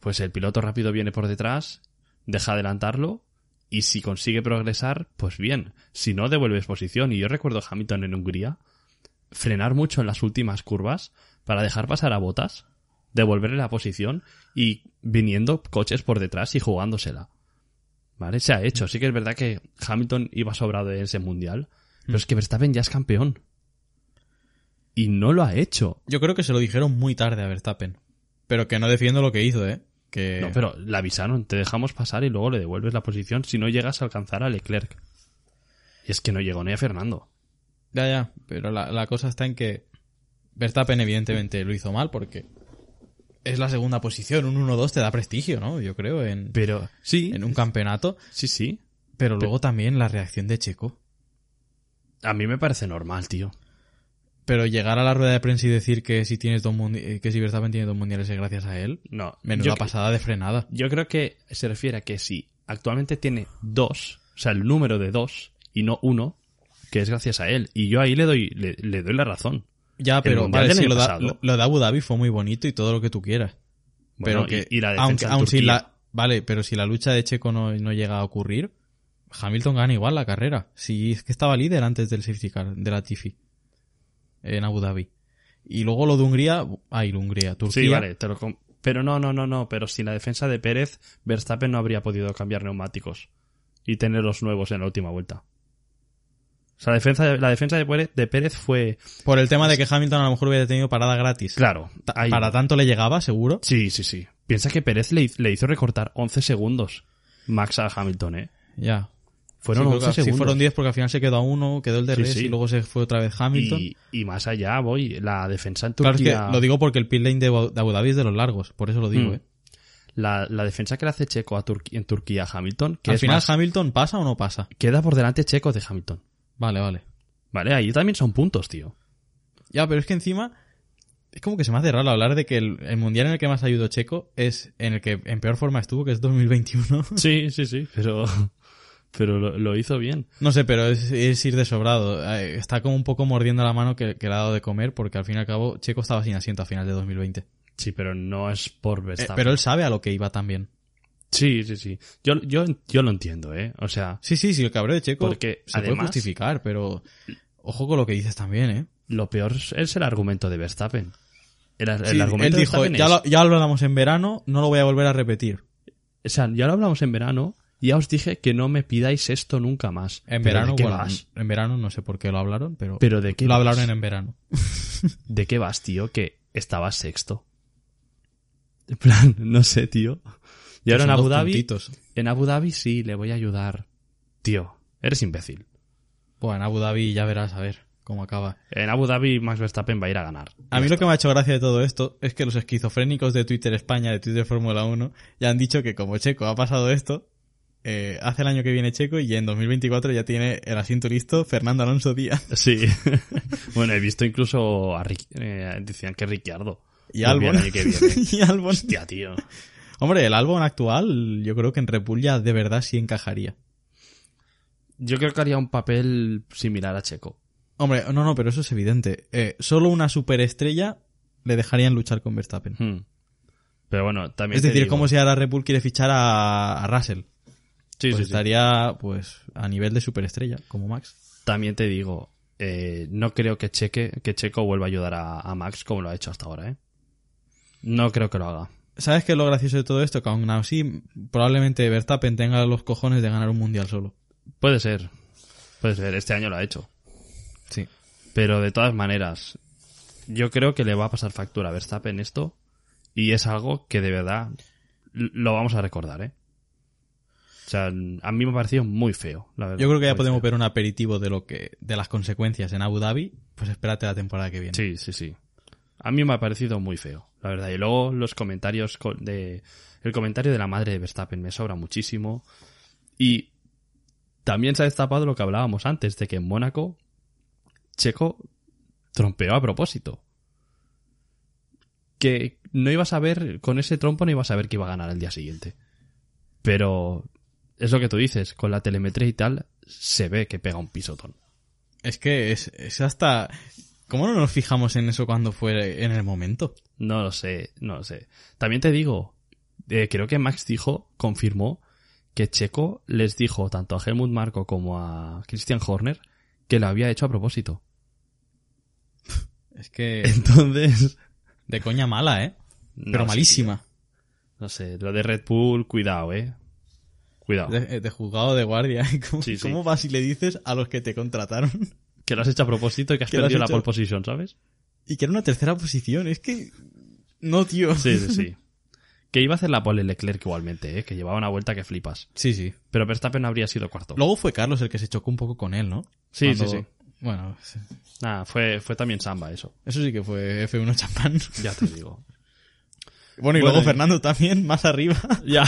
pues el piloto rápido viene por detrás, deja adelantarlo y si consigue progresar, pues bien, si no devuelves posición y yo recuerdo a Hamilton en Hungría frenar mucho en las últimas curvas para dejar pasar a botas, devolverle la posición y viniendo coches por detrás y jugándosela. ¿Vale? Se ha hecho. Sí que es verdad que Hamilton iba sobrado en ese mundial. Pero es que Verstappen ya es campeón. Y no lo ha hecho. Yo creo que se lo dijeron muy tarde a Verstappen. Pero que no defiendo lo que hizo, ¿eh? Que... No, pero le avisaron, te dejamos pasar y luego le devuelves la posición si no llegas a alcanzar a Leclerc. Y es que no llegó ni a Fernando. Ya, ya, pero la, la cosa está en que Verstappen evidentemente lo hizo mal porque es la segunda posición, un 1-2 te da prestigio, ¿no? Yo creo, en, Pero sí, en un campeonato. sí, sí. Pero luego también la reacción de Checo. A mí me parece normal, tío. Pero llegar a la rueda de prensa y decir que si tienes dos mundi- eh, que si Verstappen tiene dos mundiales es gracias a él, No, menos yo, la pasada de frenada. yo creo que se refiere a que si actualmente tiene dos, o sea, el número de dos y no uno, que es gracias a él. Y yo ahí le doy, le- le doy la razón. Ya, pero Mundial vale, del sí, año lo, da- pasado. lo- lo de Abu Dhabi fue muy bonito y todo lo que tú quieras. Bueno, pero que y, y la aun- defensa en aun si Turquía. la- vale, pero si la lucha de Checo no, no llega a ocurrir, Hamilton gana igual la carrera. Si es que estaba líder antes del safety car de la Tifi en Abu Dhabi. Y luego lo de Hungría, ay, Hungría, Turquía. Sí, vale, te lo com- pero no, no, no, no, pero sin la defensa de Pérez, Verstappen no habría podido cambiar neumáticos y tener los nuevos en la última vuelta. O sea, la defensa de, la defensa de Pérez, de Pérez fue... Por el tema de que Hamilton a lo mejor hubiera tenido parada gratis. Claro, Ta- ahí- Para tanto le llegaba, seguro. Sí, sí, sí. Piensa que Pérez le, le hizo recortar 11 segundos Max a Hamilton, ¿eh? Ya. Fueron Sí, creo 11 que segundos. sí, fueron 10 porque al final se quedó a uno, quedó el de Sí, sí. y luego se fue otra vez Hamilton. y, y más allá voy, la defensa en Claro, es que Turquía... lo digo porque el pit lane de Abu de Abu Dhabi es de los largos, por eso lo digo, Mm. ¿eh? la, la defensa que le hace Checo a Turqui- en Turquía a Hamilton, que Al es final, más, ¿Hamilton pasa o no pasa? queda por delante Checo de Hamilton. Vale, vale. Vale, ahí también son puntos, tío. Ya, pero es que encima es como que se me hace raro hablar de que el, el mundial en el que más ayudó Checo es en el que en peor forma estuvo, que es 2021. Sí, sí, sí, pero, pero lo, lo hizo bien. no sé, pero es, es ir de sobrado. Eh, Está como un poco mordiendo la mano que, que le ha dado de comer porque al fin y al cabo Checo estaba sin asiento a final de 2020. Eh, Sí, pero no es por Verstappen. pero él sabe a lo que iba también. Sí, sí, sí. Yo, yo, yo lo entiendo, ¿eh? O sea, Sí, sí, sí, el cabreo de Checo Porque, se además- puede justificar, pero ojo con lo que dices también, ¿eh? lo peor es el argumento de Verstappen. El, el Sí, argumento él de dijo, Verstappen ya es- lo, ya lo hablamos en verano, no lo voy a volver a repetir. O sea, ya lo hablamos en verano y ya os dije que no me pidáis esto nunca más. En ¿Pero verano, ¿de qué bueno, vas? en verano no sé por qué lo hablaron, pero, ¿Pero de qué lo vas? hablaron en- en verano. ¿De qué vas, tío? Que estabas sexto. En plan, no sé, tío. Y ahora en Son Abu dos Dhabi... puntitos. En Abu Dhabi sí, le voy a ayudar. Tío, eres imbécil. Bueno, en Abu Dhabi ya verás a ver cómo acaba. En Abu Dhabi Max Verstappen va a ir a ganar. A mí lo que me ha hecho gracia de todo esto es que los esquizofrénicos de Twitter España, de Twitter Fórmula 1, ya han dicho que como Checo ha pasado esto, eh, hace el año que viene Checo y en 2024 ya tiene el asiento listo Fernando Alonso Díaz Sí. bueno, he visto incluso a Ric- eh, decían que Ricciardo. y Pues bien, Albon. ahí que viene. y Albon. Hostia, tío. Hombre, el Albon actual yo creo que en Red Bull ya de verdad sí encajaría. Yo creo que haría un papel similar a Checo. Hombre, no, no, pero eso es evidente. Eh, solo una superestrella le dejarían luchar con Verstappen. Hmm. Pero bueno, también Es te decir, digo- como si ahora Red Bull quiere fichar a, a Russell. Sí, pues sí, sí. estaría pues a nivel de superestrella, como Max. También te digo, eh, no creo que, Cheque, que Checo vuelva a ayudar a, a Max como lo ha hecho hasta ahora, ¿eh? No creo que lo haga. ¿Sabes qué es lo gracioso de todo esto? Que aún así, probablemente Verstappen tenga los cojones de ganar un mundial solo. Puede ser. Puede ser. Este año lo ha hecho. Sí. Pero de todas maneras, yo creo que le va a pasar factura a Verstappen esto. Y es algo que de verdad l- lo vamos a recordar, ¿eh? O sea, a mí me ha parecido muy feo, la verdad. Yo creo que ya Muy podemos feo. ver un aperitivo de lo que de las consecuencias en Abu Dhabi. Pues espérate la temporada que viene. Sí, sí, sí. A mí me ha parecido muy feo, la verdad. Y luego los comentarios co- de... El comentario de la madre de Verstappen me sobra muchísimo. Y también se ha destapado lo que hablábamos antes, de que en Mónaco Checo trompeó a propósito. Que no ibas a ver, con ese trompo no ibas a ver que iba a ganar el día siguiente. Pero es lo que tú dices, con la telemetría y tal, se ve que pega un pisotón. Es que es, es hasta. ¿Cómo no nos fijamos en eso cuando fue en el momento? No lo sé, no lo sé. También te digo, eh, creo que Max dijo, confirmó, que Checo les dijo tanto a Helmut Marco como a Christian Horner que lo había hecho a propósito. Es que Entonces, de coña mala, ¿eh? no Pero sé, malísima. tío. no sé, lo de Red Bull, cuidado, eh. Cuidado. De, de juzgado de guardia. ¿Cómo, Sí, sí. cómo vas y le dices a los que te contrataron? Que lo has hecho a propósito y que has Que lo has perdido la hecho- pole position, ¿sabes? Y que era una tercera posición. Es que. No, tío. Sí, sí, sí. que iba a hacer la pole Leclerc igualmente, eh, que llevaba una vuelta que flipas. Sí, sí. Pero Verstappen habría sido cuarto. Luego fue Carlos el que se chocó un poco con él, ¿no? Sí, sí, sí. Bueno, sí. Nada, fue, fue también Samba eso, eso sí que fue F1 champán. ya te digo. Bueno, y Bueno, luego y- Fernando también, más arriba, ya.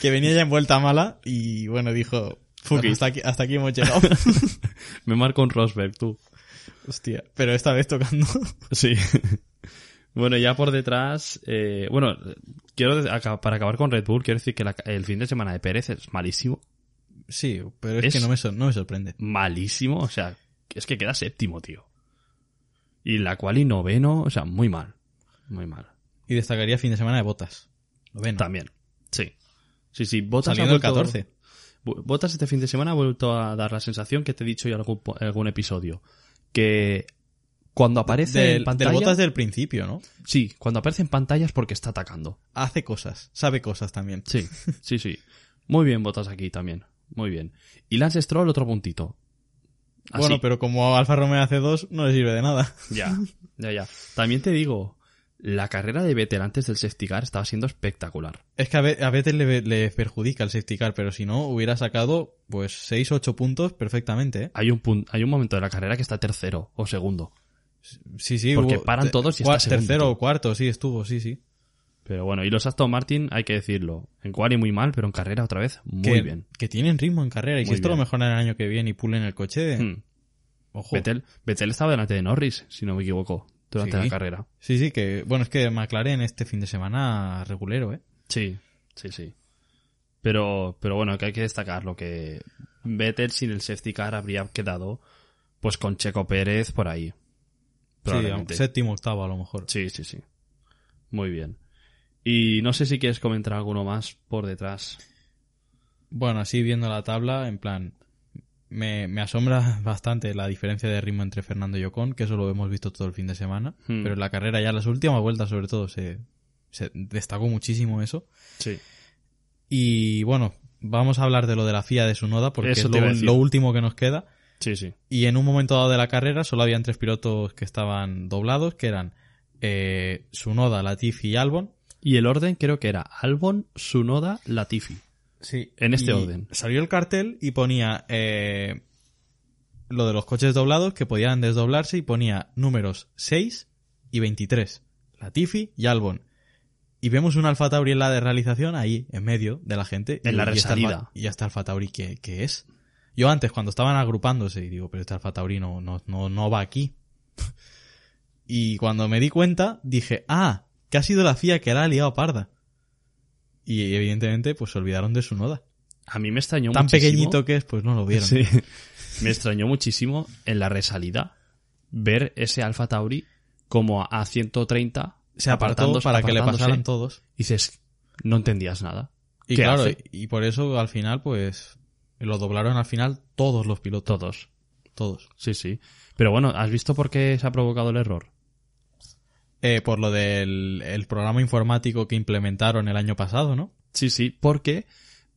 que venía ya en vuelta mala y bueno, dijo, Fuck it. hasta aquí, hasta aquí hemos llegado. Me marco un Rosberg, tú. Hostia, pero esta vez tocando. Sí. bueno, ya por detrás. eh, bueno, quiero dec- aca- para acabar con Red Bull, quiero decir que la- el fin de semana de Pérez es malísimo. Sí, pero es, Es- que no me, sor- no me sorprende. Malísimo. O sea, es que queda séptimo, tío. Y la cual y noveno, o sea, muy mal. Muy mal. Y destacaría fin de semana de botas. Lo ven. También. Sí. Sí, sí. Botas Saliendo el 14. Botas este fin de semana ha vuelto a dar la sensación que te he dicho ya en algún, po- algún episodio. Que cuando aparece Del, en del pantalla. botas del principio, ¿no? Sí, cuando aparece en pantalla es porque está atacando. Hace cosas, sabe cosas también. Sí, sí, sí. Muy bien botas aquí también. Muy bien. Y Lance Stroll otro puntito. Así. Bueno, pero como Alfa Romeo hace dos, no le sirve de nada. Ya, ya, ya. También te digo, la carrera de Vettel antes del safety car estaba siendo espectacular. Es que a, ve- a Vettel le, le perjudica el safety car, pero si no, hubiera sacado pues 6 8 puntos perfectamente. ¿eh? Hay un, pun- hay un momento de la carrera que está tercero o segundo. Sí, sí. Porque paran te- todos y cua- está segundo, Tercero tío. o cuarto, sí, estuvo, sí, sí. Pero bueno, y los Aston Martin, hay que decirlo, en quali muy mal, pero en carrera otra vez muy que, bien. Que tienen ritmo en carrera. Y Muy si esto bien. lo mejoran el año que viene y pulen el coche, Hmm. ojo. Vettel, Vettel estaba delante de Norris, si no me equivoco, durante Sí. la carrera. Sí, sí, que bueno, es que McLaren este fin de semana regulero, ¿eh? Sí, sí, sí. Pero, pero bueno, que hay que destacar lo que Vettel sin el safety car habría quedado pues con Checo Pérez por ahí. Probablemente. Sí, séptimo, octavo a lo mejor. Sí, sí, sí. Muy bien. Y no sé si quieres comentar alguno más por detrás. Bueno, así viendo la tabla, en plan, me, me asombra bastante la diferencia de ritmo entre Fernando y Ocon, que eso lo hemos visto todo el fin de semana. Hmm. Pero en la carrera ya las últimas vueltas sobre todo se, se destacó muchísimo eso. Sí. Y bueno, vamos a hablar de lo de la FIA de su noda, porque Eso es te iba lo, a decir. lo último que nos queda. Sí, sí. Y en un momento dado de la carrera solo habían tres pilotos que estaban doblados, que eran eh, Sunoda, Latifi y Albon. Y el orden creo que era Albon, Sunoda, Latifi. Sí. En este orden. Salió el cartel y ponía eh, lo de los coches doblados que podían desdoblarse y ponía números 6 y 23. Latifi y Albon. Y vemos un Alfa Tauri en la de realización ahí, en medio de la gente. En Y- la y está resalida. Alfa- Y hasta Alfa Tauri, ¿qué, qué es? Yo antes, cuando estaban agrupándose, y digo, pero este Alfa Tauri no, no, no, no va aquí. y cuando me di cuenta, dije, ah, que ha sido la FIA que la ha liado parda. Y evidentemente, pues se olvidaron de su noda. A mí me extrañó Tan muchísimo. pequeñito que es, pues no lo vieron. Sí. Me extrañó muchísimo en la resalida ver ese Alfa Tauri como a 130 Se apartó apartándose- para que le apartándose. pasaran todos. Y dices, no entendías nada. Y ¿Qué claro, hace? y por eso al final, pues lo doblaron al final todos los pilotos. Todos. Todos. Sí, sí. Pero bueno, ¿has visto por qué se ha provocado el error? Eh, por lo del el programa informático que implementaron el año pasado, ¿no? Sí, sí, porque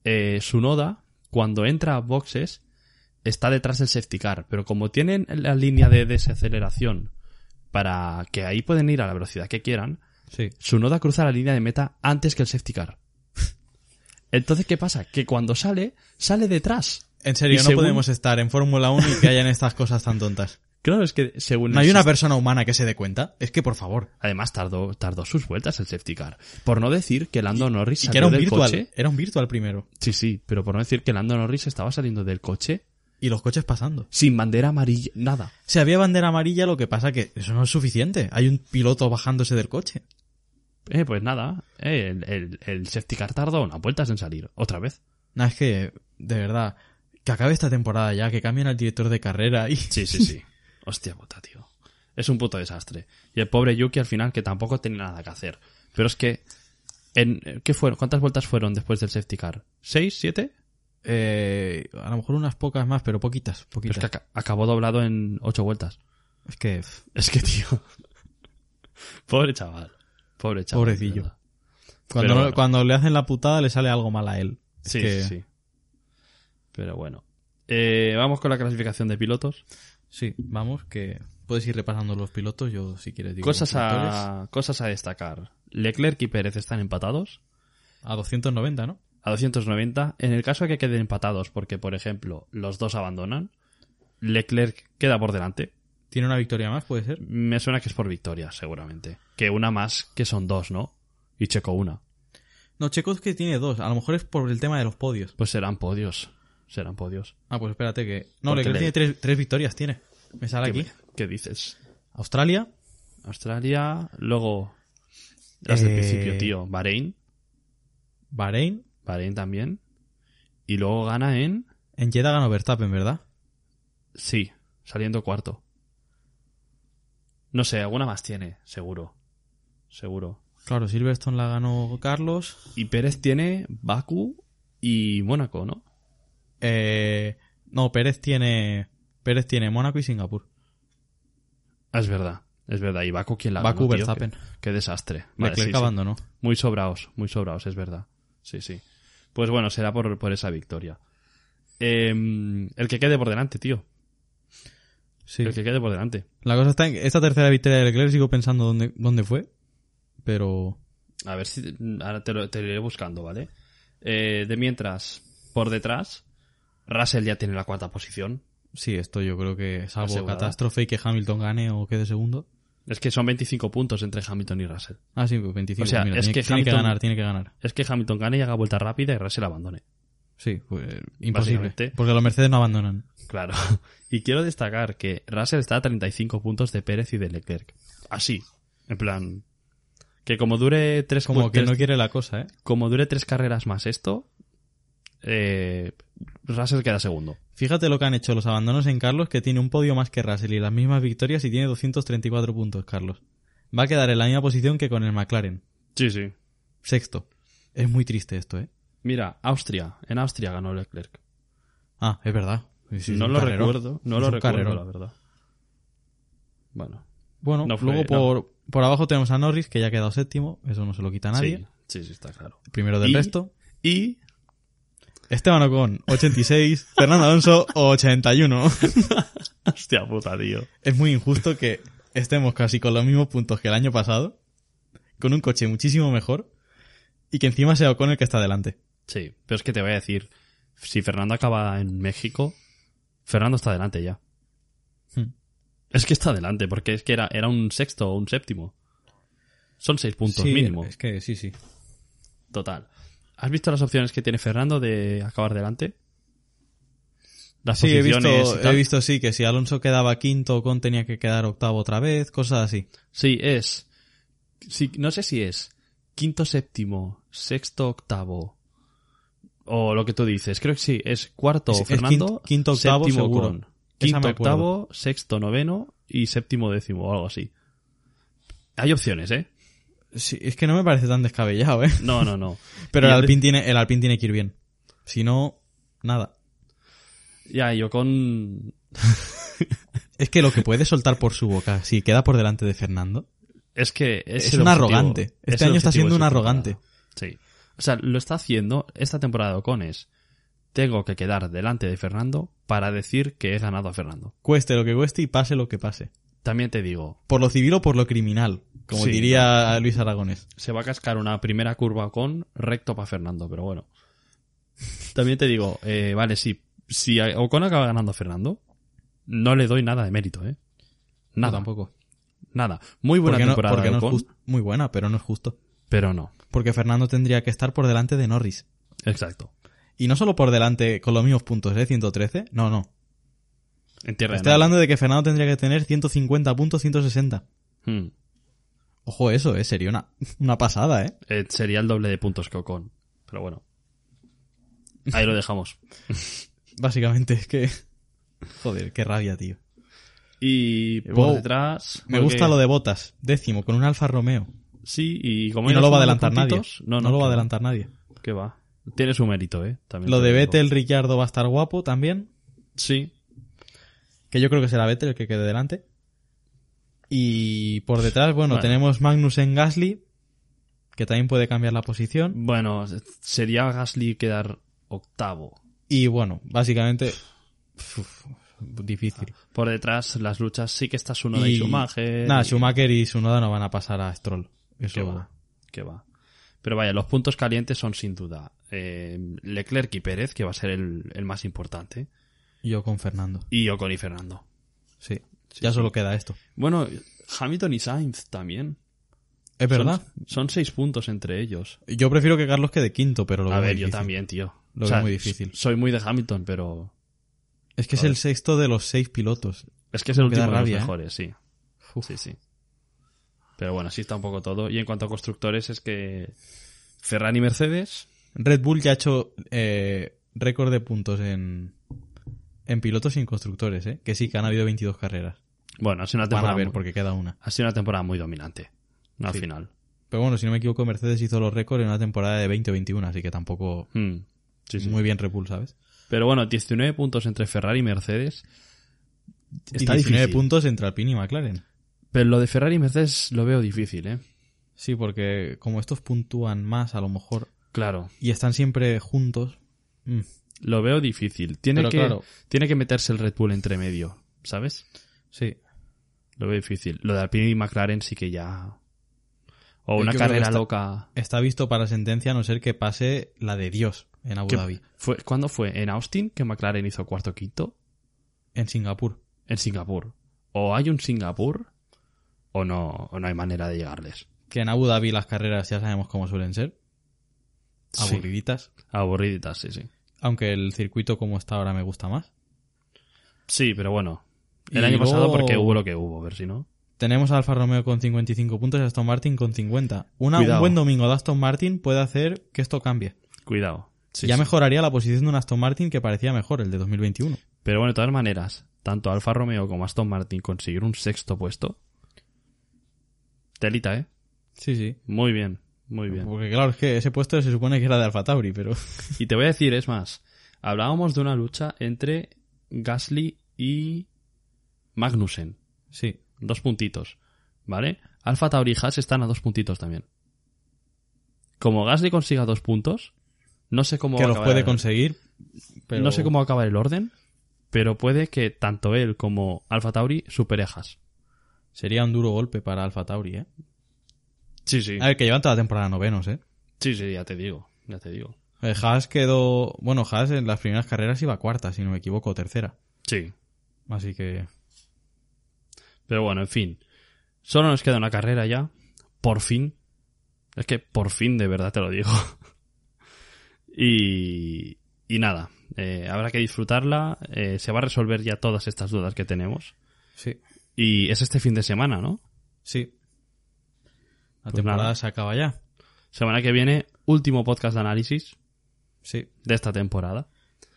eh, Sunoda, cuando entra a boxes, está detrás del safety car, pero como tienen la línea de desaceleración para que ahí pueden ir a la velocidad que quieran, Sí. Sunoda cruza la línea de meta antes que el safety car. Entonces, ¿qué pasa? Que cuando sale, sale detrás. En serio, Y no según- podemos estar en Fórmula 1 y que hayan estas cosas tan tontas. Claro, Pues es que según... No el hay una sistema- persona humana que se dé cuenta. Es que, por favor. Además, tardó, tardó sus vueltas el safety car. Por no decir que Lando Norris Y salió que era un del virtual. coche. Era un virtual primero. Sí, sí, pero por no decir que Lando Norris estaba saliendo del coche Y los coches pasando. sin bandera amarilla, nada. Si había bandera amarilla, lo que pasa que eso no es suficiente. Hay un piloto bajándose del coche. Eh, pues nada, eh, el, el, el safety car tardó unas vueltas en salir, otra vez. Nah, es que, de verdad, que acabe esta temporada ya, que cambien al director de carrera y... Sí, sí, sí. Hostia puta, tío. Es un puto desastre. Y el pobre Yuki al final que tampoco tenía nada que hacer. Pero es que... En, ¿qué fueron? ¿Cuántas vueltas fueron después del safety car? ¿Seis? ¿Siete? Eh, a lo mejor unas pocas más, pero poquitas, Pero es poquitas. que aca- acabó doblado en ocho vueltas. Es que, pff, Es que, tío. Pobre chaval. Pobre chaval. Pobrecillo. de verdad. cuando, Pero bueno. cuando le hacen la putada le sale algo mal a él. Es Sí, que- sí, sí. Pero bueno. Eh, vamos con la clasificación de pilotos. Sí, vamos, que puedes ir repasando los pilotos, yo si quieres digo... Cosas los actores. a, cosas a destacar. Leclerc y Pérez están empatados. A 290, ¿no? a 290. En el caso de que queden empatados, porque por ejemplo los dos abandonan, Leclerc queda por delante. Tiene una victoria más, puede ser. Me suena que es por victoria, seguramente. Que una más, que son dos, ¿no? Y Checo una. No, Checo es que tiene dos. A lo mejor es por el tema de los podios. Pues serán podios. Serán podios. Ah, pues espérate que... No, Porque Leclerc tiene le- tres, tres victorias, tiene. Me sale ¿Qué, aquí. qué dices? Australia, Australia, luego las del Eh, principio, tío. Bahrein, Bahrein... Bahrein también. Y luego gana en... En Jeddah ganó Verstappen, ¿verdad? Sí, saliendo cuarto. No sé, alguna más tiene, seguro. Seguro. Claro, Silverstone la ganó Carlos. Y Pérez tiene Baku y Mónaco, ¿no? Eh, no, Pérez tiene. Pérez tiene Mónaco y Singapur. Ah, Es verdad, es verdad. Y Baku, ¿quién la Baku, ganó, tío? Verstappen. Qué, qué desastre. Vale, Leclerc sí, sí. abandonó. Muy sobraos, muy sobraos, es verdad. Sí, sí. Pues bueno, será por, por esa victoria. Em, el que quede por delante, tío. Sí. El que quede por delante. La cosa está en que esta tercera victoria de Leclerc sigo pensando dónde, dónde fue. Pero. A ver si. Ahora te lo, te lo iré buscando, ¿vale? Eh, de mientras, por detrás, Russell ya tiene la cuarta posición. Sí, esto yo creo que salvo Asegurada. catástrofe y que Hamilton gane o quede segundo. Es que son 25 puntos entre Hamilton y Russell. Ah, sí, pues 25. O sea, mira, es tiene, que tiene que Hamilton- ganar, tiene que ganar. Es que Hamilton gane y haga vuelta rápida y Russell abandone. Sí, pues, imposible. Básicamente. Porque los Mercedes no abandonan. Claro. Y quiero destacar que Russell está a 35 puntos de Pérez y de Leclerc. Así. En plan. Que como dure tres, Como cu- que tres- no quiere la cosa, ¿eh? como dure tres carreras más esto, eh, Russell queda segundo. Fíjate lo que han hecho los abandonos en Carlos, que tiene un podio más que Russell y las mismas victorias y tiene 234 puntos, Carlos. Va a quedar en la misma posición que con el McLaren. Sí, sí. Sexto. Es muy triste esto, ¿eh? Mira, Austria. En Austria ganó Leclerc. Ah, es verdad. Es no un lo carrerón. recuerdo. No Es lo un recuerdo, carrerón. la verdad. Bueno. Bueno, No fue- luego por, por abajo tenemos a Norris, que ya ha quedado séptimo. Eso no se lo quita a nadie. Sí, sí, sí, está claro. Primero del Y- resto. Y Esteban Ocon, 86. Fernando Alonso, 81. Hostia puta, tío. es muy injusto que estemos casi con los mismos puntos que el año pasado, con un coche muchísimo mejor, y que encima sea Ocon el que está delante. Sí, pero es que te voy a decir, si Fernando acaba en México, Fernando está adelante ya. Hmm. Es que está adelante, porque es que era, era un sexto o un séptimo. Son seis puntos mínimo. Es que sí, sí. Total. ¿Has visto las opciones que tiene Fernando de acabar delante? Las Sí, he visto, posiciones y tal. he visto sí que si Alonso quedaba quinto, Ocon tenía que quedar octavo otra vez, cosas así. Sí, es. Sí, no sé si es quinto, séptimo, sexto, octavo. O lo que tú dices. Creo que sí. Es cuarto, Es- es Fernando. quinto- quinto, octavo, séptimo, seguro. Ocon. Esa Quinto, me acuerdo. octavo, sexto, noveno y séptimo, décimo o algo así. Hay opciones, ¿eh? Sí, es que no me parece tan descabellado, ¿eh? No, no, no. Pero Y el a Alpine, tiene, el Alpine tiene que ir bien. Si no, nada. Ya, yo con... Es que lo que puede soltar por su boca, si queda por delante de Fernando, Es que es, Es el un objetivo. arrogante. Es Este el año está objetivo siendo de un su arrogante. temporada. Sí. O sea, lo está haciendo esta temporada de Ocon es tengo que quedar delante de Fernando para decir que he ganado a Fernando. Cueste lo que cueste y pase lo que pase. También te digo, Por lo civil o por lo criminal, como Sí, diría Luis Aragonés. se va a cascar una primera curva con recto para Fernando, pero bueno. También te digo, eh, vale, si, si Ocon acaba ganando a Fernando, no le doy nada de mérito, ¿eh? Nada, Yo tampoco. Nada. Muy buena Porque Pues no- temporada porque de no es Ocon, jus- muy buena, pero no es justo. pero no. Porque Fernando tendría que estar por delante de Norris. Exacto. Y no solo por delante con los mismos puntos, ¿eh? 113. No, no. En tierra de Estoy nadie. hablando de que Fernando tendría que tener 150 puntos, 160. Hmm. Ojo, eso, ¿eh? Sería una, una pasada, ¿eh? Eh, sería el doble de puntos que Ocon, pero bueno. Ahí lo dejamos. Básicamente, es que. Joder, qué rabia, tío. Y por Wow. detrás... Me porque- gusta lo de botas. Décimo, con un Alfa Romeo. Sí, y como Y ellos no lo va a son los adelantar nadie. puntitos, No, lo que va a adelantar nadie. Que va. Tiene su mérito, ¿eh? También Lo te de digo. Vettel, Ricciardo va a estar guapo también. Sí. Que yo creo que será Vettel el que quede delante. Y por detrás, bueno, Bueno. tenemos Magnussen Gasly. Que también puede cambiar la posición. Bueno, sería Gasly quedar octavo. Y bueno, básicamente. uf, difícil. Por detrás, las luchas sí que está su y, y Ah, Schumacher. Nada, y- Schumacher y Sunoda no van a pasar a Stroll. Que Eso va. Que va. Pero vaya, los puntos calientes son sin duda eh, Leclerc y Pérez, que va a ser el, el más importante. yo con Fernando. Y Ocon y Fernando. Sí. ya solo queda esto. Bueno, Hamilton y Sainz también. Es verdad. Son, son seis puntos entre ellos. Yo prefiero que Carlos quede quinto, pero lo A veo ver, difícil. yo también, tío. Lo veo muy difícil. Soy muy de Hamilton, pero Es que es el sexto de los seis pilotos. Es que es el Que da último de los rabia, ¿eh? mejores, sí. Sí, sí. Pero bueno, así está un poco todo. Y en cuanto a constructores, es que Ferrari y Mercedes, Red Bull ya ha hecho eh, récord de puntos en, en pilotos y en constructores, ¿eh? Que sí, que han habido 22 carreras. bueno, ha sido una Van temporada, a ver, muy, porque queda una. ha sido una temporada muy dominante al Sí. final. Pero bueno, si no me equivoco, Mercedes hizo los récords en una temporada de 20 o 21, así que tampoco Mm. Sí, sí. muy bien Red Bull, ¿sabes? Pero bueno, 19 puntos entre Ferrari y Mercedes. Está y 19 difícil. puntos entre Alpine y McLaren. Pero lo de Ferrari y Mercedes lo veo difícil, ¿eh? Sí, porque como estos puntúan más, a lo mejor, Claro, y están siempre juntos... mm. lo veo difícil. Tiene, Pero que, claro. tiene que meterse el Red Bull entre medio, ¿sabes? sí. Lo veo difícil. Lo de Alpine y McLaren sí que ya... O Yo una creo que carrera está- loca... Está visto para sentencia a no ser que pase la de Dios en Abu ¿Qué- Dhabi, fue, ¿Cuándo fue? ¿En Austin que McLaren hizo cuarto quinto? en Singapur. En Singapur. O hay un Singapur o no, o no hay manera de llegarles. Que en Abu Dhabi las carreras ya sabemos cómo suelen ser, Sí. aburriditas. Aburriditas, sí, sí. Aunque el circuito como está ahora me gusta más. Sí, pero bueno. El Y año pasado luego- porque hubo lo que hubo, a ver si no. Tenemos a Alfa Romeo con 55 puntos y Aston Martin con 50. Una, un Cuidado. buen domingo de Aston Martin puede hacer que esto cambie. Cuidado. Sí, ya sí. mejoraría la posición de un Aston Martin que parecía mejor, el de 2021. Pero bueno, de todas maneras, tanto Alfa Romeo como Aston Martin consiguieron un sexto puesto. Telita, ¿eh? Sí, sí. Muy bien, muy bien. Porque claro, es que ese puesto se supone que era de Alfa Tauri, pero... Y te voy a decir, es más, hablábamos de una lucha entre Gasly y Magnussen. Sí. Dos puntitos. ¿Vale? Alfa Tauri y Haas están a dos puntitos también. Como Gasly consiga dos puntos, no sé cómo Que va a los acabar puede el- conseguir. Pero... No sé cómo va a acabar el orden, pero puede que tanto él como Alfa Tauri supere a Haas. Sería un duro golpe para Alfa Tauri, ¿eh? Sí, sí. A ver, que llevan toda la temporada novenos, ¿eh? Sí, sí, ya te digo. Ya te digo. Eh, Haas quedó... Bueno, Haas en las primeras carreras iba cuarta, si no me equivoco, o tercera. Sí. Así que... Pero bueno, en fin. Solo nos queda una carrera ya. Por fin. Es que por fin, de verdad te lo digo. y, y nada. eh, habrá que disfrutarla. eh, se va a resolver ya todas estas dudas que tenemos. Sí. Y es este fin de semana, ¿no? Sí. La Pues temporada nada. se acaba ya. Semana que viene, último podcast de análisis Sí. de esta temporada.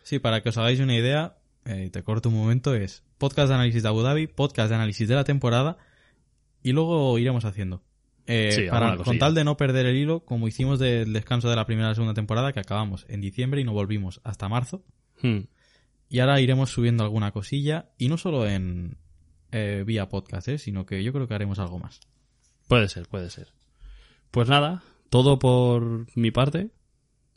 Sí, para que os hagáis una idea, eh, te corto un momento, es podcast de análisis de Abu Dhabi, podcast de análisis de la temporada y luego iremos haciendo. Eh, Sí, para, alguna con cosilla. tal de no perder el hilo, como hicimos del descanso de la primera y la segunda temporada, que acabamos en diciembre y no volvimos hasta marzo. Hmm, Y ahora iremos subiendo alguna cosilla, y no solo en eh, vía podcast, eh, sino que yo creo que haremos algo más. Puede ser, puede ser. Pues nada, todo por mi parte.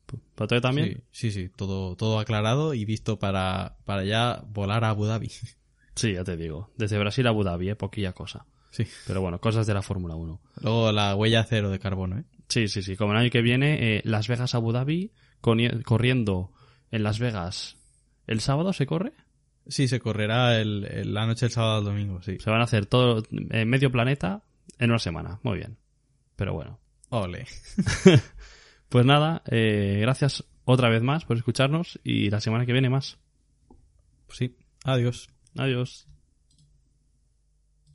tú. ¿Para tú también? Sí, sí, sí, todo, todo aclarado y visto para, para ya volar a Abu Dhabi. Sí. ya te digo. Desde Brasil a Abu Dhabi, ¿eh? poquilla cosa. Sí. Pero bueno, cosas de la Fórmula 1. Luego la huella cero de carbono, ¿eh? Sí, sí, sí. Como el año que viene, eh, Las Vegas Abu Dhabi, coni- corriendo en Las Vegas. ¿El sábado se corre? Sí, se correrá el- el- la noche del sábado al domingo, sí. Se van a hacer todo eh, medio planeta en una semana. Muy bien. Pero bueno. Ole. Pues nada, eh, gracias otra vez más por escucharnos y la semana que viene más. Pues sí. Adiós. Adiós.